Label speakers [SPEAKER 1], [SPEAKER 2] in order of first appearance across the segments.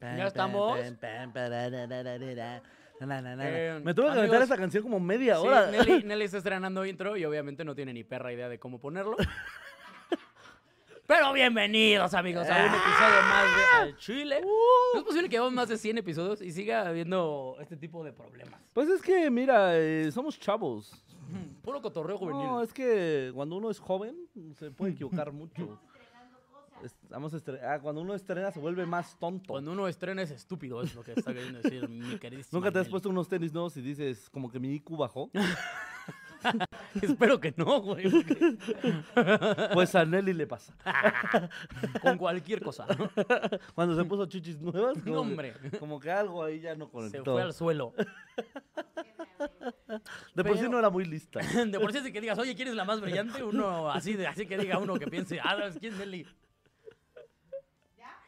[SPEAKER 1] Ya estamos.
[SPEAKER 2] Eh,
[SPEAKER 1] Me tuve que aventar
[SPEAKER 2] amigos,
[SPEAKER 1] esta canción como media
[SPEAKER 2] Sí,
[SPEAKER 1] hora.
[SPEAKER 2] Nelly, Nelly está estrenando intro y obviamente no tiene ni perra idea de cómo ponerlo. Pero bienvenidos, amigos, a un
[SPEAKER 1] Ah.
[SPEAKER 2] episodio más de
[SPEAKER 1] Uh.
[SPEAKER 2] Al Chile. No es posible que llevamos más de 100 episodios y siga habiendo este tipo de problemas.
[SPEAKER 1] Pues es que, mira, eh, somos chavos.
[SPEAKER 2] Puro cotorreo juvenil.
[SPEAKER 1] No, es que cuando uno es joven se puede equivocar mucho. Estamos estre- ah, cuando uno estrena se vuelve más tonto.
[SPEAKER 2] Cuando uno estrena es estúpido, es lo que está queriendo decir mi queridísimo.
[SPEAKER 1] ¿Nunca te has puesto unos tenis nuevos y dices, como que mi IQ bajó?
[SPEAKER 2] Espero que no, güey. porque
[SPEAKER 1] Pues a Nelly le pasa.
[SPEAKER 2] Con cualquier cosa.
[SPEAKER 1] Cuando se puso chichis nuevas, como,
[SPEAKER 2] No, hombre.
[SPEAKER 1] Que, como que algo ahí ya no
[SPEAKER 2] Se
[SPEAKER 1] conectó.
[SPEAKER 2] fue al suelo.
[SPEAKER 1] De por sí
[SPEAKER 2] pero-
[SPEAKER 1] no era muy lista.
[SPEAKER 2] De por sí, así que digas, oye, ¿quién es la más brillante? Uno así, de, así que diga uno que piense, ah, ¿sabes ¿quién es Nelly?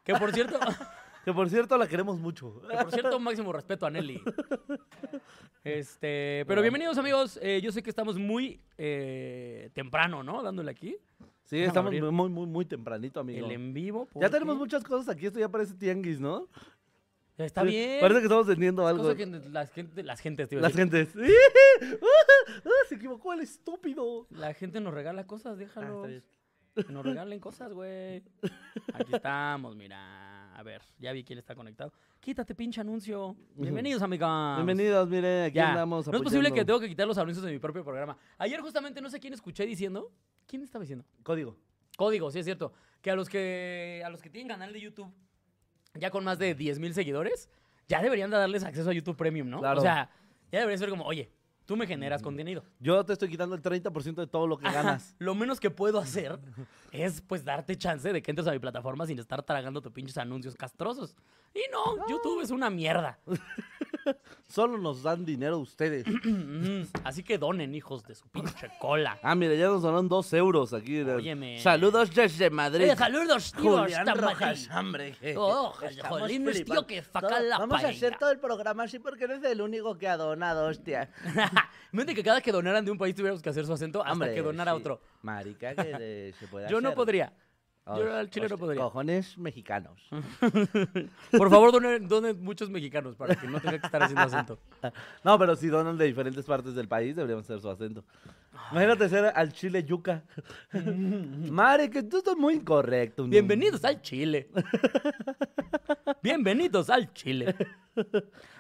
[SPEAKER 2] Que por cierto,
[SPEAKER 1] Que por cierto la queremos mucho.
[SPEAKER 2] que por cierto, máximo respeto a Nelly. Este, pero bienvenidos amigos, Eh, yo sé que estamos muy eh, temprano, ¿no? Dándole aquí
[SPEAKER 1] Sí,
[SPEAKER 2] Déjame
[SPEAKER 1] estamos
[SPEAKER 2] abrir.
[SPEAKER 1] muy, muy, muy tempranito, amigo.
[SPEAKER 2] el em- en vivo.
[SPEAKER 1] Ya tenemos
[SPEAKER 2] porque-
[SPEAKER 1] muchas cosas aquí, esto ya parece tianguis, ¿no?
[SPEAKER 2] Está
[SPEAKER 1] Sí,
[SPEAKER 2] bien.
[SPEAKER 1] Parece que estamos vendiendo algo.
[SPEAKER 2] Cosa que las, gente, las gentes, te iba a
[SPEAKER 1] Las
[SPEAKER 2] decir.
[SPEAKER 1] gentes. ¡Ah! Se equivocó el estúpido.
[SPEAKER 2] La gente nos regala cosas,
[SPEAKER 1] Ah, está
[SPEAKER 2] déjalo.
[SPEAKER 1] bien.
[SPEAKER 2] Que nos regalen cosas, güey. Aquí estamos, mira. A ver, ya vi quién está conectado. Quítate, pinche anuncio. Bienvenidos, amigos.
[SPEAKER 1] Bienvenidos, miren, aquí
[SPEAKER 2] Ya.
[SPEAKER 1] andamos.
[SPEAKER 2] No es posible que
[SPEAKER 1] apoyando.
[SPEAKER 2] tengo que quitar los anuncios de mi propio programa. Ayer justamente no sé quién escuché diciendo. ¿Quién estaba diciendo?
[SPEAKER 1] Código.
[SPEAKER 2] Código, sí es cierto. Que a los que a los que tienen canal de YouTube ya con más de 10 mil seguidores, ya deberían de darles acceso a YouTube Premium, ¿no?
[SPEAKER 1] Claro.
[SPEAKER 2] O sea, ya debería ser como, oye, tú me generas contenido.
[SPEAKER 1] Yo te estoy quitando el 30% de todo lo que
[SPEAKER 2] Ajá,
[SPEAKER 1] ganas.
[SPEAKER 2] Lo menos que puedo hacer es pues darte chance de que entres a mi plataforma sin estar tragando tus pinches anuncios castrosos. Y no, YouTube es una mierda.
[SPEAKER 1] Solo nos dan dinero ustedes.
[SPEAKER 2] Mm, Así que donen, hijos de su pinche cola.
[SPEAKER 1] Ah, mira, ya nos donaron dos euros aquí.
[SPEAKER 2] Óyeme.
[SPEAKER 1] Saludos desde Madrid.
[SPEAKER 2] Oye, saludos, tío,
[SPEAKER 1] Julián
[SPEAKER 2] hasta
[SPEAKER 1] Rojas,
[SPEAKER 2] Madrid.
[SPEAKER 1] hombre. je, je.
[SPEAKER 2] Oh, jolín, es tío que faca
[SPEAKER 1] Todo-
[SPEAKER 2] la
[SPEAKER 1] Vamos a hacer
[SPEAKER 2] paella.
[SPEAKER 1] todo el programa así porque no es el único que ha donado, hostia.
[SPEAKER 2] Mente que cada que donaran de un país tuviéramos que hacer su acento hasta
[SPEAKER 1] Hombre,
[SPEAKER 2] que donara
[SPEAKER 1] sí.
[SPEAKER 2] otro.
[SPEAKER 1] Marica, que de- se puede
[SPEAKER 2] Yo no
[SPEAKER 1] hacer. Oh,
[SPEAKER 2] podría. Yo
[SPEAKER 1] Hostia,
[SPEAKER 2] al chile no
[SPEAKER 1] hostia,
[SPEAKER 2] podría.
[SPEAKER 1] Cojones mexicanos.
[SPEAKER 2] Por favor, donen, donen muchos mexicanos para que no tenga que estar haciendo acento.
[SPEAKER 1] No, pero si donan de diferentes partes del país, deberíamos hacer su acento. Imagínate ser al chile yuca.
[SPEAKER 2] Mm.
[SPEAKER 1] Mari, que tú estás muy incorrecto. ¿no?
[SPEAKER 2] Bienvenidos al Chile. Bienvenidos al Chile.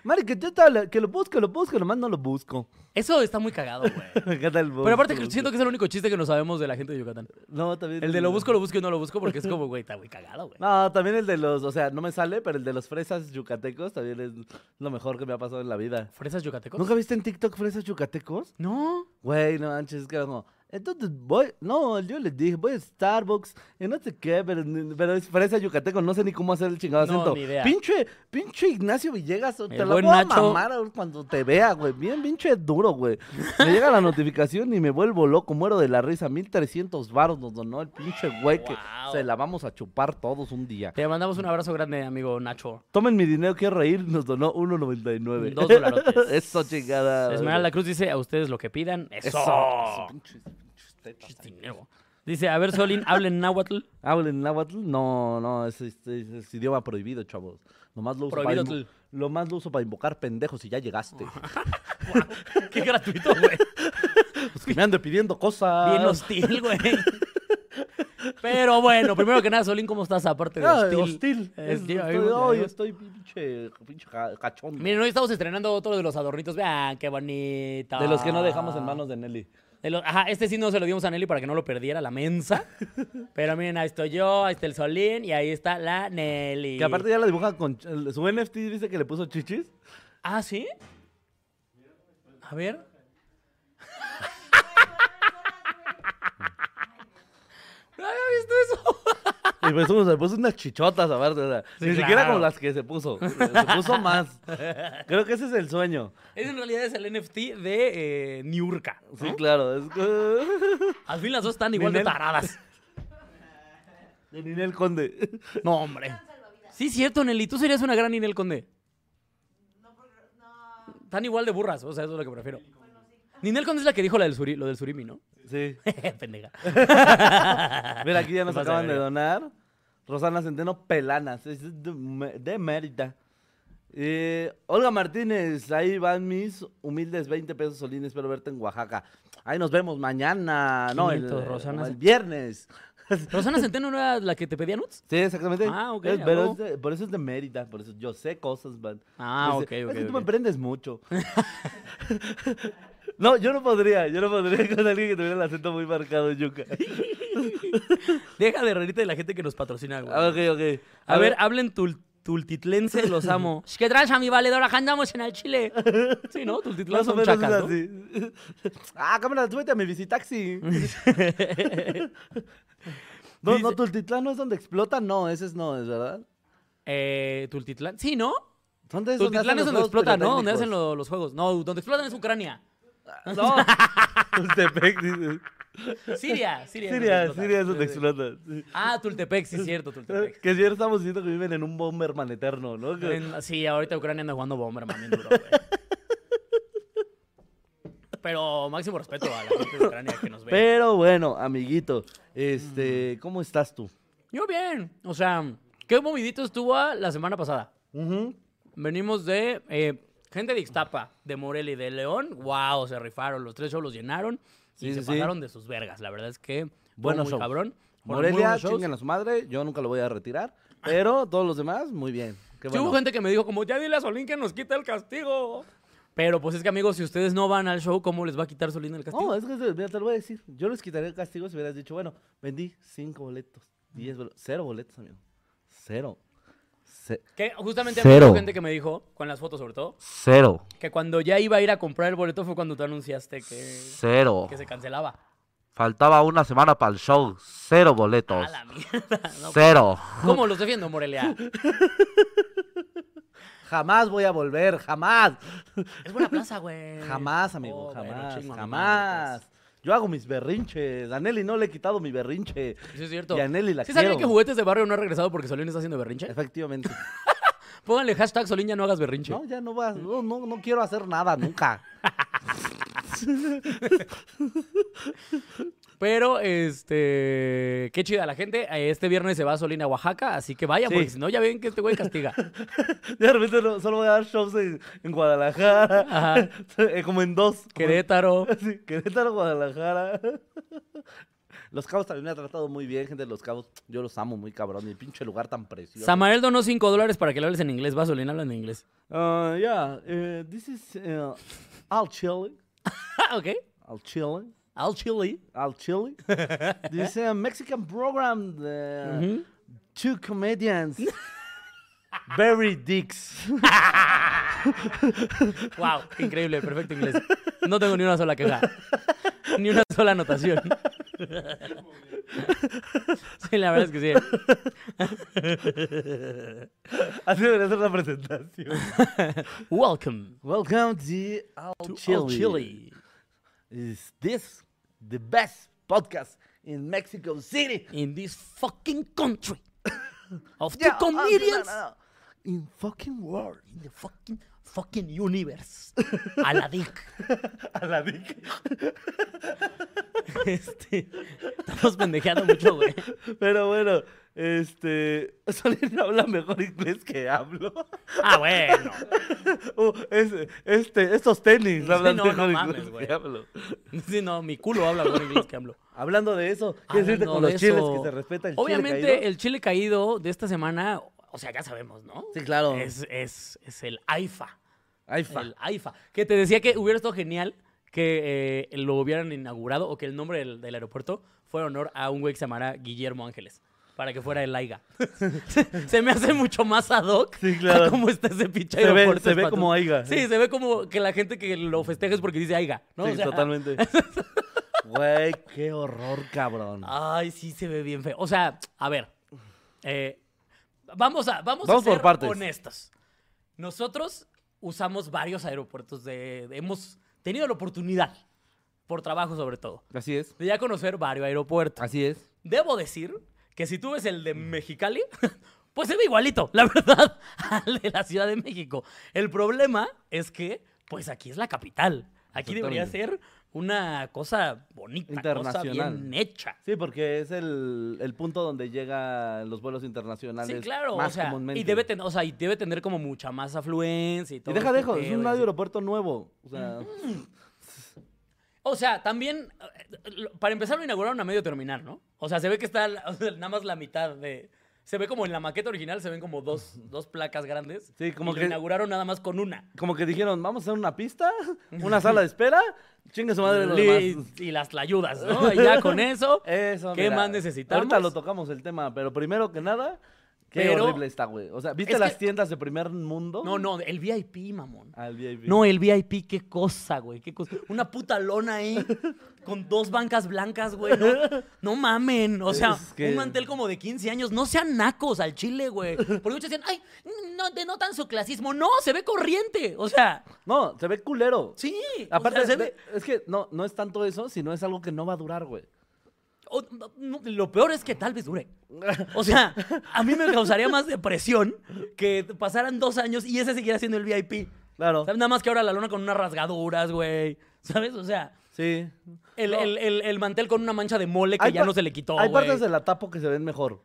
[SPEAKER 1] Mari, que tú estás- que lo busco, lo busco, nomás no lo busco.
[SPEAKER 2] Eso está muy cagado, güey.
[SPEAKER 1] Me encanta el
[SPEAKER 2] Pero aparte
[SPEAKER 1] busco,
[SPEAKER 2] que
[SPEAKER 1] busco.
[SPEAKER 2] siento que es el único chiste que no sabemos de la gente de Yucatán.
[SPEAKER 1] No, también.
[SPEAKER 2] El de lo busco, lo busco y no lo busco porque es como, güey, está muy cagado, güey.
[SPEAKER 1] No, también el de los, o sea, no me sale, pero el de los fresas yucatecos también es lo mejor que me ha pasado en la vida.
[SPEAKER 2] ¿Fresas yucatecos?
[SPEAKER 1] ¿Nunca viste en TikTok fresas yucatecos?
[SPEAKER 2] No.
[SPEAKER 1] Güey, no manches, es que era como, entonces voy, no, yo les dije, voy a Starbucks, y no sé qué, pero, pero es fresa yucateco, no sé ni cómo hacer el chingado
[SPEAKER 2] No,
[SPEAKER 1] acento.
[SPEAKER 2] ni idea.
[SPEAKER 1] Pinche, pinche Ignacio Villegas, te lo
[SPEAKER 2] buen
[SPEAKER 1] voy a
[SPEAKER 2] Nacho.
[SPEAKER 1] mamar ahor- cuando te vea, güey, bien pinche duro, güey. Me llega la notificación y me vuelvo loco, muero de la risa, 1300 varos nos donó el pinche güey que
[SPEAKER 2] Wow.
[SPEAKER 1] se la vamos a chupar todos un día.
[SPEAKER 2] Te mandamos un abrazo grande, amigo Nacho.
[SPEAKER 1] Tomen mi dinero, quiero reír, nos donó 1.99.
[SPEAKER 2] Dos dolarotes.
[SPEAKER 1] Eso, chingada.
[SPEAKER 2] Esmeralda Cruz dice, a ustedes lo que pidan. Eso.
[SPEAKER 1] Eso. Eso, pinches- pinches tetas.
[SPEAKER 2] Pinches dinero. Dice, a ver, Solín, hablen náhuatl.
[SPEAKER 1] ¿Hablen náhuatl? No, no, es, es- es- es idioma prohibido, chavos. Nomás lo uso para
[SPEAKER 2] Prohibidotl.
[SPEAKER 1] lo más lo uso para invocar pendejos y ya llegaste.
[SPEAKER 2] Qué gratuito, güey.
[SPEAKER 1] Los que me ando pidiendo cosas.
[SPEAKER 2] Bien hostil, güey. Pero bueno, primero que nada, Solín, ¿cómo estás? Aparte de
[SPEAKER 1] Ah,
[SPEAKER 2] hostil. Eh,
[SPEAKER 1] hostil.
[SPEAKER 2] Es-
[SPEAKER 1] Es-
[SPEAKER 2] digo,
[SPEAKER 1] estoy,
[SPEAKER 2] amigos,
[SPEAKER 1] ay,
[SPEAKER 2] amigos.
[SPEAKER 1] estoy pinche, pinche ca- cachondo.
[SPEAKER 2] Miren, hoy estamos estrenando otro de los adornitos. Vean, qué bonito.
[SPEAKER 1] De los que no dejamos en manos de Nelly.
[SPEAKER 2] De los- ajá, este sí no se lo dimos a Nelly para que no lo perdiera la mensa. Pero miren, ahí estoy yo, ahí está el Solín y ahí está la Nelly.
[SPEAKER 1] Que aparte ya la dibujan con... ch- el- Su NFT dice que le puso chichis.
[SPEAKER 2] ¿Ah, sí? A ver. No había visto eso.
[SPEAKER 1] Y pues uno se puso unas chichotas aparte. o sea,
[SPEAKER 2] Sí,
[SPEAKER 1] ni siquiera
[SPEAKER 2] claro.
[SPEAKER 1] con las que se puso. Se puso más. Creo que ese es el sueño.
[SPEAKER 2] Ese en realidad es el NFT de eh, Niurka.
[SPEAKER 1] Sí, claro. Es...
[SPEAKER 2] Al fin las dos están igual de
[SPEAKER 1] Ninel.
[SPEAKER 2] taradas.
[SPEAKER 1] De Ninel Conde.
[SPEAKER 2] No, hombre. Sí, cierto, Nelly. Tú serías una gran Ninel Conde. Están igual de burras, o sea, eso es lo que prefiero. Ninel Conde es la que dijo la del suri- lo del surimi, ¿no?
[SPEAKER 1] Sí.
[SPEAKER 2] Pendeja.
[SPEAKER 1] Mira, aquí ya nos
[SPEAKER 2] Te pasa de
[SPEAKER 1] acaban de
[SPEAKER 2] verga.
[SPEAKER 1] donar. Rosana Centeno Pelanas, es de, Mé- de Mérida. Eh, Olga Martínez, ahí van mis humildes 20 pesos solín, espero verte en Oaxaca. Ahí nos vemos mañana, no, el,
[SPEAKER 2] 500, Rosana
[SPEAKER 1] o el
[SPEAKER 2] Cent-
[SPEAKER 1] viernes.
[SPEAKER 2] ¿Rosana Centeno no era la que te pedía nuts?
[SPEAKER 1] Sí, exactamente.
[SPEAKER 2] Ah, ok,
[SPEAKER 1] Es-
[SPEAKER 2] a
[SPEAKER 1] pero
[SPEAKER 2] huevo.
[SPEAKER 1] es de- por eso es de Mérida, por eso yo sé cosas, man.
[SPEAKER 2] Ah,
[SPEAKER 1] Es
[SPEAKER 2] ok,
[SPEAKER 1] de-
[SPEAKER 2] ok.
[SPEAKER 1] es que tú me
[SPEAKER 2] ok.
[SPEAKER 1] aprendes mucho. no, yo no podría, yo no podría con alguien que tuviera el acento muy marcado, Yuca.
[SPEAKER 2] Deja de reírte de la gente que nos patrocina, güey.
[SPEAKER 1] Ah, ok, ok.
[SPEAKER 2] A, ver, hablen tul- tultitlenses, los amo. Es que tranza, mi valedora, que andamos en el Chile. Sí, ¿no? Tultitlán
[SPEAKER 1] Más o
[SPEAKER 2] son
[SPEAKER 1] menos
[SPEAKER 2] chacas,
[SPEAKER 1] es
[SPEAKER 2] ¿no?
[SPEAKER 1] así. Ah, cámara, súbete a mi visitaxi. no, no,
[SPEAKER 2] Dice-
[SPEAKER 1] Tultitlán no es donde explota, no, ese es no, es verdad.
[SPEAKER 2] Eh, Tultitlán, sí, ¿no?
[SPEAKER 1] ¿Dónde es
[SPEAKER 2] Tultitlán
[SPEAKER 1] hacen
[SPEAKER 2] es donde
[SPEAKER 1] los juegos
[SPEAKER 2] explota, ¿no? Donde hacen
[SPEAKER 1] pirotécnicos?
[SPEAKER 2] lo- los juegos. No, donde explotan es Ucrania.
[SPEAKER 1] Ah, No, Tultepec, dices.
[SPEAKER 2] Siria, Siria. es donde
[SPEAKER 1] Siria,
[SPEAKER 2] explota.
[SPEAKER 1] Siria es donde
[SPEAKER 2] Sí, sí.
[SPEAKER 1] explota. sí.
[SPEAKER 2] Ah, Tultepec, sí, cierto, Tultepec.
[SPEAKER 1] Que si estamos diciendo que viven en un Bomberman eterno, ¿no? Que-
[SPEAKER 2] En- sí, ahorita Ucrania anda jugando Bomberman bien duro, güey. Pero máximo respeto a la gente de Ucrania que nos ve.
[SPEAKER 1] Pero bueno, amiguito,
[SPEAKER 2] Mm.
[SPEAKER 1] este, ¿cómo estás tú?
[SPEAKER 2] Yo bien. O sea, qué movidito estuvo la semana pasada.
[SPEAKER 1] Ujú.
[SPEAKER 2] Venimos de eh, gente de Ixtapa, de Morelia y de León. ¡Wow! Se rifaron. Los tres shows los llenaron y
[SPEAKER 1] Sí,
[SPEAKER 2] se
[SPEAKER 1] sí, sí.
[SPEAKER 2] pasaron de sus vergas. La verdad es que. estuvo
[SPEAKER 1] Buenos
[SPEAKER 2] muy
[SPEAKER 1] shows.
[SPEAKER 2] cabrón. Fueron muy
[SPEAKER 1] Morelia,
[SPEAKER 2] buenos shows.
[SPEAKER 1] chingan a su madre, yo nunca lo voy a retirar, pero todos los demás, muy bien.
[SPEAKER 2] Sí,
[SPEAKER 1] Qué bueno.
[SPEAKER 2] hubo gente que me dijo, como, ya dile a Solín que nos quita el castigo. Pero pues es que, amigos, si ustedes no van al show, ¿cómo les va a quitar Solín el castigo?
[SPEAKER 1] No, es que se- mira, te lo voy a decir. Yo les quitaría el castigo si hubieras dicho, bueno, vendí cinco boletos, 10 boletos, cero boletos, amigo. Cero. Ce-
[SPEAKER 2] Que justamente
[SPEAKER 1] Cero.
[SPEAKER 2] hubo gente que me dijo, con las fotos sobre todo,
[SPEAKER 1] cero.
[SPEAKER 2] que cuando ya iba a ir a comprar el boleto fue cuando tú anunciaste que,
[SPEAKER 1] Cero.
[SPEAKER 2] que se cancelaba.
[SPEAKER 1] Faltaba una semana para el show. Cero boletos.
[SPEAKER 2] A la mierda. no.
[SPEAKER 1] Cero.
[SPEAKER 2] ¿Cómo los defiendo, Morelia?
[SPEAKER 1] Jamás voy a volver, jamás.
[SPEAKER 2] Es buena plaza, güey.
[SPEAKER 1] Jamás, amigo,
[SPEAKER 2] Oh, bueno,
[SPEAKER 1] jamás.
[SPEAKER 2] chingo a mi
[SPEAKER 1] jamás.
[SPEAKER 2] madre,
[SPEAKER 1] Yo hago mis berrinches. A Nelly no le he quitado mi berrinche.
[SPEAKER 2] pues. Sí, es cierto.
[SPEAKER 1] Y a Nelly la
[SPEAKER 2] ¿Sí
[SPEAKER 1] quiero.
[SPEAKER 2] sabían que Juguetes de Barrio no ha regresado porque Solín está haciendo berrinche?
[SPEAKER 1] Efectivamente.
[SPEAKER 2] Pónganle hashtag Solín ya no hagas berrinche.
[SPEAKER 1] No, ya no vas. No, no, no quiero hacer nada nunca.
[SPEAKER 2] Pero, este... Qué chida la gente. Eh, Este viernes se va Solín a Oaxaca, así que vayan,
[SPEAKER 1] Sí.
[SPEAKER 2] porque si no ya ven que este güey castiga.
[SPEAKER 1] De repente no- solo voy a dar shows en, en Guadalajara.
[SPEAKER 2] Ajá.
[SPEAKER 1] Eh, como en dos. como en-
[SPEAKER 2] Querétaro.
[SPEAKER 1] Sí, Querétaro, Guadalajara. Los Cabos también me ha tratado muy bien, gente de Los Cabos. Yo los amo muy cabrón. Y pinche lugar tan precioso.
[SPEAKER 2] Samael donó 5 dólares para que le hables en inglés. Va, Solín, habla en inglés.
[SPEAKER 1] Uh, yeah, eh, this is uh, al chile.
[SPEAKER 2] Ah, ok.
[SPEAKER 1] Al chile.
[SPEAKER 2] Al Chile.
[SPEAKER 1] Al chile. This is a Mexican program. The
[SPEAKER 2] Ujú.
[SPEAKER 1] Two comedians. Very dicks.
[SPEAKER 2] Wow, increíble, perfecto inglés. No tengo ni una sola queja. Ni una sola anotación. Sí, la verdad es que sí.
[SPEAKER 1] Así debería ser la presentación.
[SPEAKER 2] Welcome
[SPEAKER 1] Welcome to Al
[SPEAKER 2] to
[SPEAKER 1] Chile.
[SPEAKER 2] Al Chile.
[SPEAKER 1] Is this the best podcast in Mexico City?
[SPEAKER 2] In this fucking country. Of
[SPEAKER 1] Yeah,
[SPEAKER 2] two
[SPEAKER 1] uh, no, no,
[SPEAKER 2] comedians.
[SPEAKER 1] no. In fucking world.
[SPEAKER 2] In the fucking, fucking universe. A la dick.
[SPEAKER 1] A la dick.
[SPEAKER 2] Este, estamos pendejeando mucho, güey.
[SPEAKER 1] Pero bueno, este. Solín habla mejor inglés que hablo.
[SPEAKER 2] Ah, bueno.
[SPEAKER 1] Oh, es- este, estos tenis hablan
[SPEAKER 2] no, no
[SPEAKER 1] mejor
[SPEAKER 2] mames,
[SPEAKER 1] inglés
[SPEAKER 2] güey.
[SPEAKER 1] que hablo.
[SPEAKER 2] Sí, no, mi culo habla mejor inglés que hablo.
[SPEAKER 1] Hablando de eso, quiero decirte
[SPEAKER 2] Hablando
[SPEAKER 1] con
[SPEAKER 2] de
[SPEAKER 1] los chiles
[SPEAKER 2] eso,
[SPEAKER 1] que se respeta el
[SPEAKER 2] Obviamente,
[SPEAKER 1] chile caído?
[SPEAKER 2] el chile caído de esta semana, o sea, ya sabemos, ¿no?
[SPEAKER 1] Sí, claro.
[SPEAKER 2] Es, es, es el AIFA.
[SPEAKER 1] Ay, fa.
[SPEAKER 2] El AIFA. Que te decía que hubiera estado genial que eh, lo hubieran inaugurado o que el nombre del, del aeropuerto fuera honor a un güey que se llamara Guillermo Ángeles. Para que fuera el AIGA. se, se me hace mucho más ad hoc
[SPEAKER 1] Sí, claro.
[SPEAKER 2] a cómo está ese pinche
[SPEAKER 1] Se ve-
[SPEAKER 2] aeropuerto.
[SPEAKER 1] se ve
[SPEAKER 2] espantoso.
[SPEAKER 1] como AIGA. ¿eh?
[SPEAKER 2] Sí, se ve como que la gente que lo festeja es porque dice AIGA, ¿no?
[SPEAKER 1] sí,
[SPEAKER 2] O sea,
[SPEAKER 1] totalmente. Güey, qué horror, cabrón.
[SPEAKER 2] Ay, sí se ve bien feo. O sea, a ver. eh, vamos a, vamos
[SPEAKER 1] Vamos
[SPEAKER 2] a
[SPEAKER 1] por
[SPEAKER 2] ser
[SPEAKER 1] partes.
[SPEAKER 2] honestos. Nosotros usamos varios aeropuertos de. Hemos tenido la oportunidad, por trabajo sobre todo,
[SPEAKER 1] Así es.
[SPEAKER 2] de ya conocer varios aeropuertos.
[SPEAKER 1] Así es.
[SPEAKER 2] Debo decir que si tú ves el de Mexicali, pues se ve igualito, la verdad, al de la Ciudad de México. El problema es que, pues aquí es la capital. Aquí debería ser una cosa bonita, cosa
[SPEAKER 1] Internacional.
[SPEAKER 2] bien hecha.
[SPEAKER 1] Sí, porque es el, el punto donde llegan los vuelos internacionales.
[SPEAKER 2] Sí, claro,
[SPEAKER 1] Más
[SPEAKER 2] o sea,
[SPEAKER 1] comúnmente.
[SPEAKER 2] y debe, ten- o sea, y debe tener como mucha más afluencia y todo.
[SPEAKER 1] Y deja
[SPEAKER 2] este
[SPEAKER 1] dejo, es
[SPEAKER 2] pedo Mm.
[SPEAKER 1] un
[SPEAKER 2] y así.
[SPEAKER 1] aeropuerto nuevo. O sea,
[SPEAKER 2] O sea, también, eh, lo- para empezar lo inauguraron a medio terminar, ¿no? O sea, se ve que está la- o sea, nada más la mitad de... Se ve como en la maqueta original, se ven como dos, dos placas grandes.
[SPEAKER 1] Sí, como
[SPEAKER 2] y lo
[SPEAKER 1] que-
[SPEAKER 2] inauguraron nada más con una.
[SPEAKER 1] como que dijeron, vamos a hacer una pista, una sala de espera, chingue su madre lo
[SPEAKER 2] Y,
[SPEAKER 1] demás. Eh,
[SPEAKER 2] y las ayudas, ¿no? Y ya con eso...
[SPEAKER 1] Eso,
[SPEAKER 2] ¿Qué
[SPEAKER 1] mira,
[SPEAKER 2] más necesitamos?
[SPEAKER 1] Ahorita lo tocamos el tema, pero primero que nada, qué
[SPEAKER 2] Pero-
[SPEAKER 1] horrible está, güey. O sea, ¿viste
[SPEAKER 2] Es
[SPEAKER 1] las
[SPEAKER 2] que-
[SPEAKER 1] tiendas de primer mundo?
[SPEAKER 2] No, no, el VIP, mamón.
[SPEAKER 1] Al VIP.
[SPEAKER 2] No, el VIP, qué cosa, güey. Qué cosa. Una puta lona ahí con dos bancas blancas, güey. No, No mamen. O sea,
[SPEAKER 1] Es que-
[SPEAKER 2] un mantel como de 15 años. No sean nacos al chile, güey. Porque muchos dicen, ay, no denotan su clasismo. No, se ve corriente. O sea,
[SPEAKER 1] No, se ve culero.
[SPEAKER 2] sí. o
[SPEAKER 1] Aparte,
[SPEAKER 2] sea, se
[SPEAKER 1] de-
[SPEAKER 2] ve-
[SPEAKER 1] es que no, no es tanto eso, sino es algo que no va a durar, güey.
[SPEAKER 2] o- no, no, lo peor es que tal vez dure. O sea, a mí me causaría más depresión que pasaran dos años y ese siguiera siendo el VIP.
[SPEAKER 1] Claro.
[SPEAKER 2] ¿Sabes? Nada más que ahora la lona con unas rasgaduras, güey. ¿Sabes? O sea.
[SPEAKER 1] Sí.
[SPEAKER 2] El,
[SPEAKER 1] No.
[SPEAKER 2] el- el- el mantel con una mancha de mole que ya
[SPEAKER 1] par-
[SPEAKER 2] no se le quitó,
[SPEAKER 1] Hay
[SPEAKER 2] güey.
[SPEAKER 1] partes de la tapo que se ven mejor.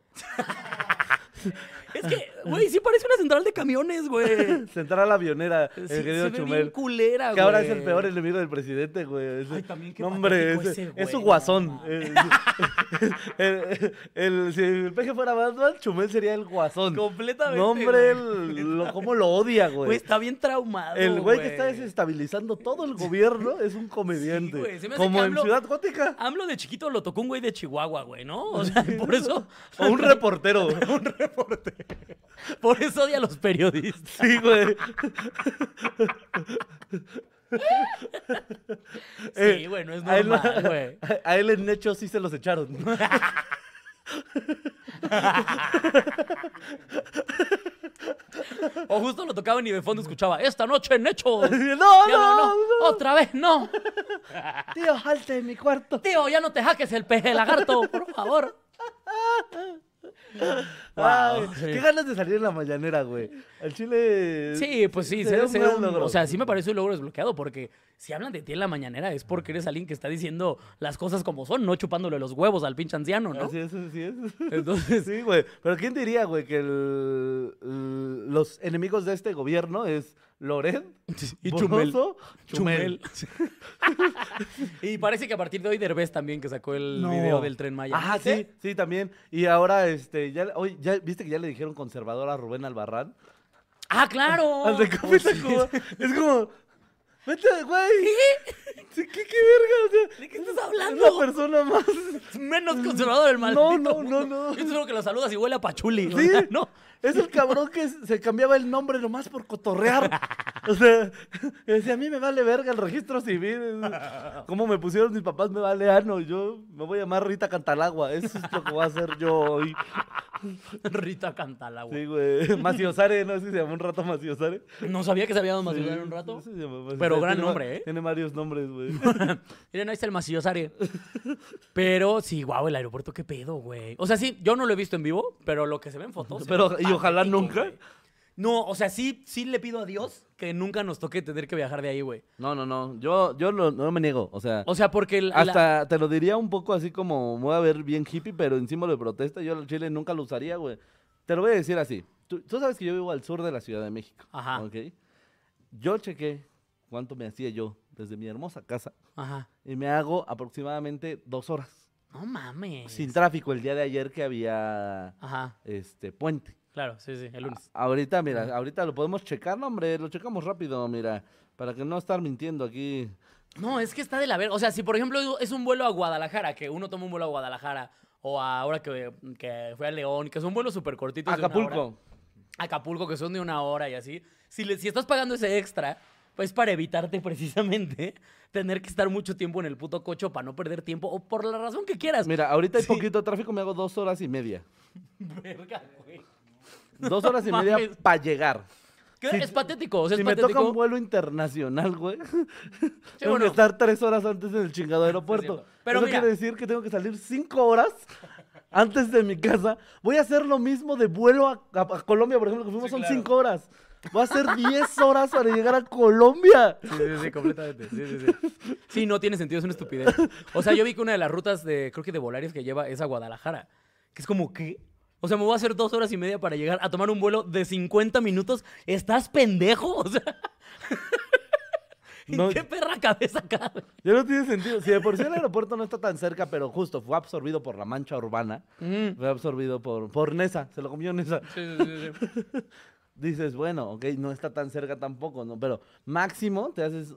[SPEAKER 2] Es que, güey, sí parece una central de camiones, güey.
[SPEAKER 1] Central avionera,
[SPEAKER 2] Sí,
[SPEAKER 1] el
[SPEAKER 2] se
[SPEAKER 1] querido
[SPEAKER 2] ve bien
[SPEAKER 1] Chumel.
[SPEAKER 2] culera, güey.
[SPEAKER 1] Que ahora es el peor enemigo del presidente, güey. Ese-
[SPEAKER 2] Ay, también qué
[SPEAKER 1] no, hombre,
[SPEAKER 2] patético
[SPEAKER 1] ese-
[SPEAKER 2] ese
[SPEAKER 1] es su
[SPEAKER 2] güey, no
[SPEAKER 1] guasón. Eh,
[SPEAKER 2] mames.
[SPEAKER 1] El- el- si el peje fuera Batman, Chumel sería el guasón.
[SPEAKER 2] Completamente,
[SPEAKER 1] No, hombre,
[SPEAKER 2] güey.
[SPEAKER 1] el- lo- cómo lo odia,
[SPEAKER 2] Güey,
[SPEAKER 1] güey.
[SPEAKER 2] está bien traumado,
[SPEAKER 1] El güey que está desestabilizando todo el gobierno es un
[SPEAKER 2] Sí, güey,
[SPEAKER 1] comediante.
[SPEAKER 2] se me hace
[SPEAKER 1] como
[SPEAKER 2] que
[SPEAKER 1] en
[SPEAKER 2] AMLO-
[SPEAKER 1] Ciudad Gótica.
[SPEAKER 2] AMLO de chiquito lo tocó un güey de Chihuahua, güey, ¿no? O sea, por eso...
[SPEAKER 1] O un reportero.
[SPEAKER 2] un reporte. Por eso odia a los periodistas.
[SPEAKER 1] Sí, güey.
[SPEAKER 2] sí,
[SPEAKER 1] Eh,
[SPEAKER 2] güey, no es
[SPEAKER 1] a él-
[SPEAKER 2] normal, güey.
[SPEAKER 1] A, a él en hecho sí se los echaron.
[SPEAKER 2] O justo lo tocaban y de fondo escuchaba, esta noche en hecho.
[SPEAKER 1] no,
[SPEAKER 2] Ya no,
[SPEAKER 1] no,
[SPEAKER 2] no, otra vez no.
[SPEAKER 1] no. Tío, salte de mi cuarto.
[SPEAKER 2] Tío, ya no te jaques el peje lagarto, por favor. Wow,
[SPEAKER 1] Ay,
[SPEAKER 2] sí.
[SPEAKER 1] Qué ganas de salir en la mañanera, güey. Al chile.
[SPEAKER 2] Sí, pues sí, se-
[SPEAKER 1] sería un
[SPEAKER 2] se-
[SPEAKER 1] gran
[SPEAKER 2] un-
[SPEAKER 1] logro.
[SPEAKER 2] o sea, sí me parece un logro desbloqueado porque si hablan de ti en la mañanera es porque eres alguien que está diciendo las cosas como son, no chupándole los huevos al pinche anciano, ¿no?
[SPEAKER 1] Así es, así es.
[SPEAKER 2] Entonces,
[SPEAKER 1] Sí, güey. Pero ¿quién diría, güey, que el- el- los enemigos de este gobierno es Loret
[SPEAKER 2] y Chumel.
[SPEAKER 1] Bonoso,
[SPEAKER 2] Chumel. y parece que a partir de hoy Derbez también que sacó el
[SPEAKER 1] No.
[SPEAKER 2] video del tren Maya.
[SPEAKER 1] Ah, sí,
[SPEAKER 2] ¿Viste?
[SPEAKER 1] sí, también. Y ahora, este, ya, hoy, ya, viste que ya le dijeron conservador a Rubén Albarrán.
[SPEAKER 2] Ah, claro.
[SPEAKER 1] Al de
[SPEAKER 2] Pues
[SPEAKER 1] Café
[SPEAKER 2] sí.
[SPEAKER 1] Tacuba. Es como, vete, güey. Sí, ¿Qué? ¿Qué, verga? O sea,
[SPEAKER 2] ¿De qué estás
[SPEAKER 1] es la
[SPEAKER 2] hablando?
[SPEAKER 1] persona más.
[SPEAKER 2] Menos conservador del maldito.
[SPEAKER 1] No, no, no,
[SPEAKER 2] mundo.
[SPEAKER 1] no.
[SPEAKER 2] Yo te juro que lo saludas y huele a pachuli. o
[SPEAKER 1] Sí.
[SPEAKER 2] sea, no.
[SPEAKER 1] Es el cabrón que se cambiaba el nombre nomás por cotorrear. O sea, decía, a mí me vale verga el registro civil. Como me pusieron mis papás, me vale ano. Yo me voy a llamar Rita Cantalagua. Eso es lo que voy a hacer yo hoy.
[SPEAKER 2] Rita Cantalagua.
[SPEAKER 1] Sí, güey. Maciosare, no sé si se llamó un rato Maciosare.
[SPEAKER 2] No sabía que se había dado más
[SPEAKER 1] Sí,
[SPEAKER 2] un rato.
[SPEAKER 1] sí se llama Maciosare.
[SPEAKER 2] Pero gran
[SPEAKER 1] Tiene va-
[SPEAKER 2] nombre, ¿eh?
[SPEAKER 1] Tiene varios nombres, güey.
[SPEAKER 2] Miren, ahí está el Macillo Sare. Pero sí, guau, el aeropuerto, qué pedo, güey. O sea, sí, yo no lo he visto en vivo, pero lo que se ve en fotos. se
[SPEAKER 1] Pero-
[SPEAKER 2] ve
[SPEAKER 1] y ojalá
[SPEAKER 2] patético,
[SPEAKER 1] nunca.
[SPEAKER 2] güey. No, o sea, sí, sí le pido a Dios que nunca nos toque tener que viajar de ahí, güey.
[SPEAKER 1] No, no, no. Yo, yo lo- no me niego. O sea,
[SPEAKER 2] O sea, porque la-
[SPEAKER 1] hasta te lo diría un poco así como me voy a ver bien hippie, pero en símbolo de protesta. Yo el chile nunca lo usaría, güey. Te lo voy a decir así. Tú, tú sabes que yo vivo al sur de la Ciudad de México.
[SPEAKER 2] Ajá.
[SPEAKER 1] ¿Ok? Yo chequé cuánto me hacía yo desde mi hermosa casa
[SPEAKER 2] Ajá.
[SPEAKER 1] y me hago aproximadamente dos horas.
[SPEAKER 2] No mames.
[SPEAKER 1] Sin tráfico el día de ayer que había
[SPEAKER 2] Ajá,
[SPEAKER 1] este puente.
[SPEAKER 2] claro, sí, sí, el lunes.
[SPEAKER 1] A- Ahorita, mira, ahorita lo podemos checar, no, hombre, lo checamos rápido, mira, para que no estar mintiendo aquí.
[SPEAKER 2] No, es que está de la verga. O sea, si por ejemplo es un vuelo a Guadalajara, que uno toma un vuelo a Guadalajara, o a- ahora que, que fue a León, que son vuelos súper cortitos. de una hora.
[SPEAKER 1] Acapulco.
[SPEAKER 2] Acapulco, que son de una hora y así. Si, le- si estás pagando ese extra, pues para evitarte precisamente tener que estar mucho tiempo en el puto coche o para no perder tiempo o por la razón que quieras.
[SPEAKER 1] Mira, ahorita hay
[SPEAKER 2] Sí.
[SPEAKER 1] poquito tráfico, me hago dos horas y media.
[SPEAKER 2] Verga, güey.
[SPEAKER 1] Dos horas y
[SPEAKER 2] No
[SPEAKER 1] media
[SPEAKER 2] mames.
[SPEAKER 1] para llegar.
[SPEAKER 2] Que
[SPEAKER 1] Si-
[SPEAKER 2] es patético, o sea,
[SPEAKER 1] Si
[SPEAKER 2] es
[SPEAKER 1] me toca un
[SPEAKER 2] patético.
[SPEAKER 1] vuelo internacional, güey, tengo
[SPEAKER 2] bueno.
[SPEAKER 1] que estar tres horas antes del chingado aeropuerto.
[SPEAKER 2] cierto. Pero
[SPEAKER 1] Eso
[SPEAKER 2] mira.
[SPEAKER 1] quiere decir que tengo que salir cinco horas antes de mi casa. Voy a hacer lo mismo de vuelo a, a- a Colombia, por ejemplo, que fuimos, son
[SPEAKER 2] claro.
[SPEAKER 1] cinco horas. Va a ser 10 horas para llegar a Colombia.
[SPEAKER 3] Sí, sí, sí, completamente. Sí, sí, sí.
[SPEAKER 2] Sí, no tiene sentido, es una estupidez. O sea, yo vi que una de las rutas de, creo que de Volaris que lleva es a Guadalajara. Que es como, ¿qué? O sea, me voy a hacer dos horas y media para llegar a tomar un vuelo de 50 minutos. ¿Estás pendejo? O sea, ¿en
[SPEAKER 1] No.
[SPEAKER 2] qué perra cabeza cabe?
[SPEAKER 1] Ya no tiene sentido. Si de por sí el aeropuerto no está tan cerca, pero justo fue absorbido por la mancha urbana,
[SPEAKER 2] Mm.
[SPEAKER 1] fue absorbido por, por Nesa, se lo comió Nesa.
[SPEAKER 3] Sí, sí, sí, sí.
[SPEAKER 1] Dices, bueno, ok, no está tan cerca tampoco, ¿no? Pero máximo te haces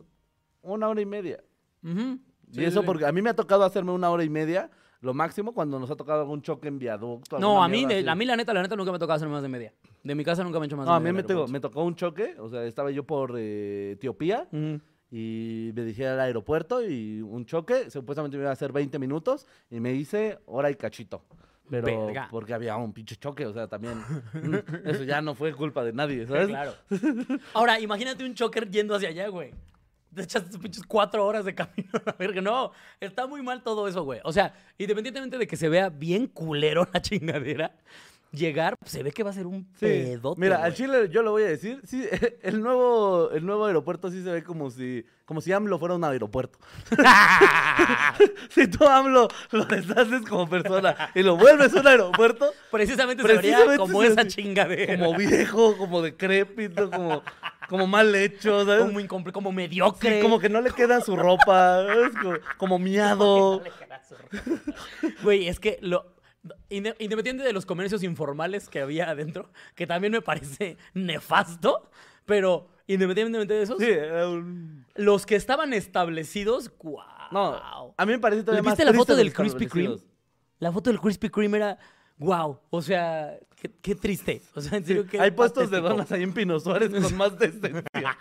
[SPEAKER 1] una hora y media.
[SPEAKER 2] Ujú.
[SPEAKER 3] Sí,
[SPEAKER 1] y
[SPEAKER 3] sí,
[SPEAKER 1] eso
[SPEAKER 3] sí.
[SPEAKER 1] porque a mí me ha tocado hacerme una hora y media, lo máximo cuando nos ha tocado algún choque en viaducto.
[SPEAKER 2] No,
[SPEAKER 1] alguna
[SPEAKER 2] a mí,
[SPEAKER 1] mierda
[SPEAKER 2] de-
[SPEAKER 1] así.
[SPEAKER 2] a mí la neta, la neta nunca me tocaba hacer más de media. De mi casa nunca me he hecho más
[SPEAKER 1] No,
[SPEAKER 2] de
[SPEAKER 1] a mí
[SPEAKER 2] media.
[SPEAKER 1] me,
[SPEAKER 2] del
[SPEAKER 1] tocó-
[SPEAKER 2] aeropuerto.
[SPEAKER 1] me tocó un choque, o sea, estaba yo por eh, Etiopía
[SPEAKER 2] Ujú.
[SPEAKER 1] y me dirigí al aeropuerto y un choque, supuestamente me iba a hacer 20 minutos y me hice hora y cachito. Pero
[SPEAKER 2] Verga.
[SPEAKER 1] porque había un pinche choque, o sea, también mm, eso ya no fue culpa de nadie, ¿sabes?
[SPEAKER 2] Claro. Ahora, imagínate un choker yendo hacia allá, güey. Te echas tus pinches cuatro horas de camino a la verga. No, está muy mal todo eso, güey. O sea, independientemente de que se vea bien culero la chingadera, llegar pues, se ve que va a ser un
[SPEAKER 1] Sí.
[SPEAKER 2] pedote.
[SPEAKER 1] Mira, al
[SPEAKER 2] güey.
[SPEAKER 1] Chile yo lo voy a decir, sí, el nuevo, el nuevo aeropuerto sí se ve como si, como si AMLO fuera un aeropuerto. si tú AMLO lo deshaces como persona y lo vuelves un aeropuerto,
[SPEAKER 2] Precisamente, se vería
[SPEAKER 1] Precisamente
[SPEAKER 2] como
[SPEAKER 1] se-
[SPEAKER 2] esa chingadera.
[SPEAKER 1] como viejo, como decrépito, como, como mal hecho, ¿sabes?
[SPEAKER 2] Como, incomple- como
[SPEAKER 1] Sí,
[SPEAKER 2] mediocre.
[SPEAKER 1] como que no le queda su ropa, ¿sabes? Como, como miado.
[SPEAKER 2] Güey, es que lo. inde- Independiente de los comercios informales que había adentro, que también me parece nefasto, pero independientemente de esos,
[SPEAKER 1] Sí, era un-
[SPEAKER 2] los que estaban establecidos, ¡guau!
[SPEAKER 1] No, a mí me parece
[SPEAKER 2] ¿Le
[SPEAKER 1] todavía más
[SPEAKER 2] viste la
[SPEAKER 1] triste
[SPEAKER 2] foto
[SPEAKER 1] los
[SPEAKER 2] del Krispy Kreme?
[SPEAKER 1] establecidos.
[SPEAKER 2] La foto del Krispy Kreme era, ¡guau! O sea, qué, qué triste. O sea, en
[SPEAKER 1] Sí,
[SPEAKER 2] serio, qué
[SPEAKER 1] hay puestos de
[SPEAKER 2] patético.
[SPEAKER 1] donas ahí en Pino Suárez con más decencia.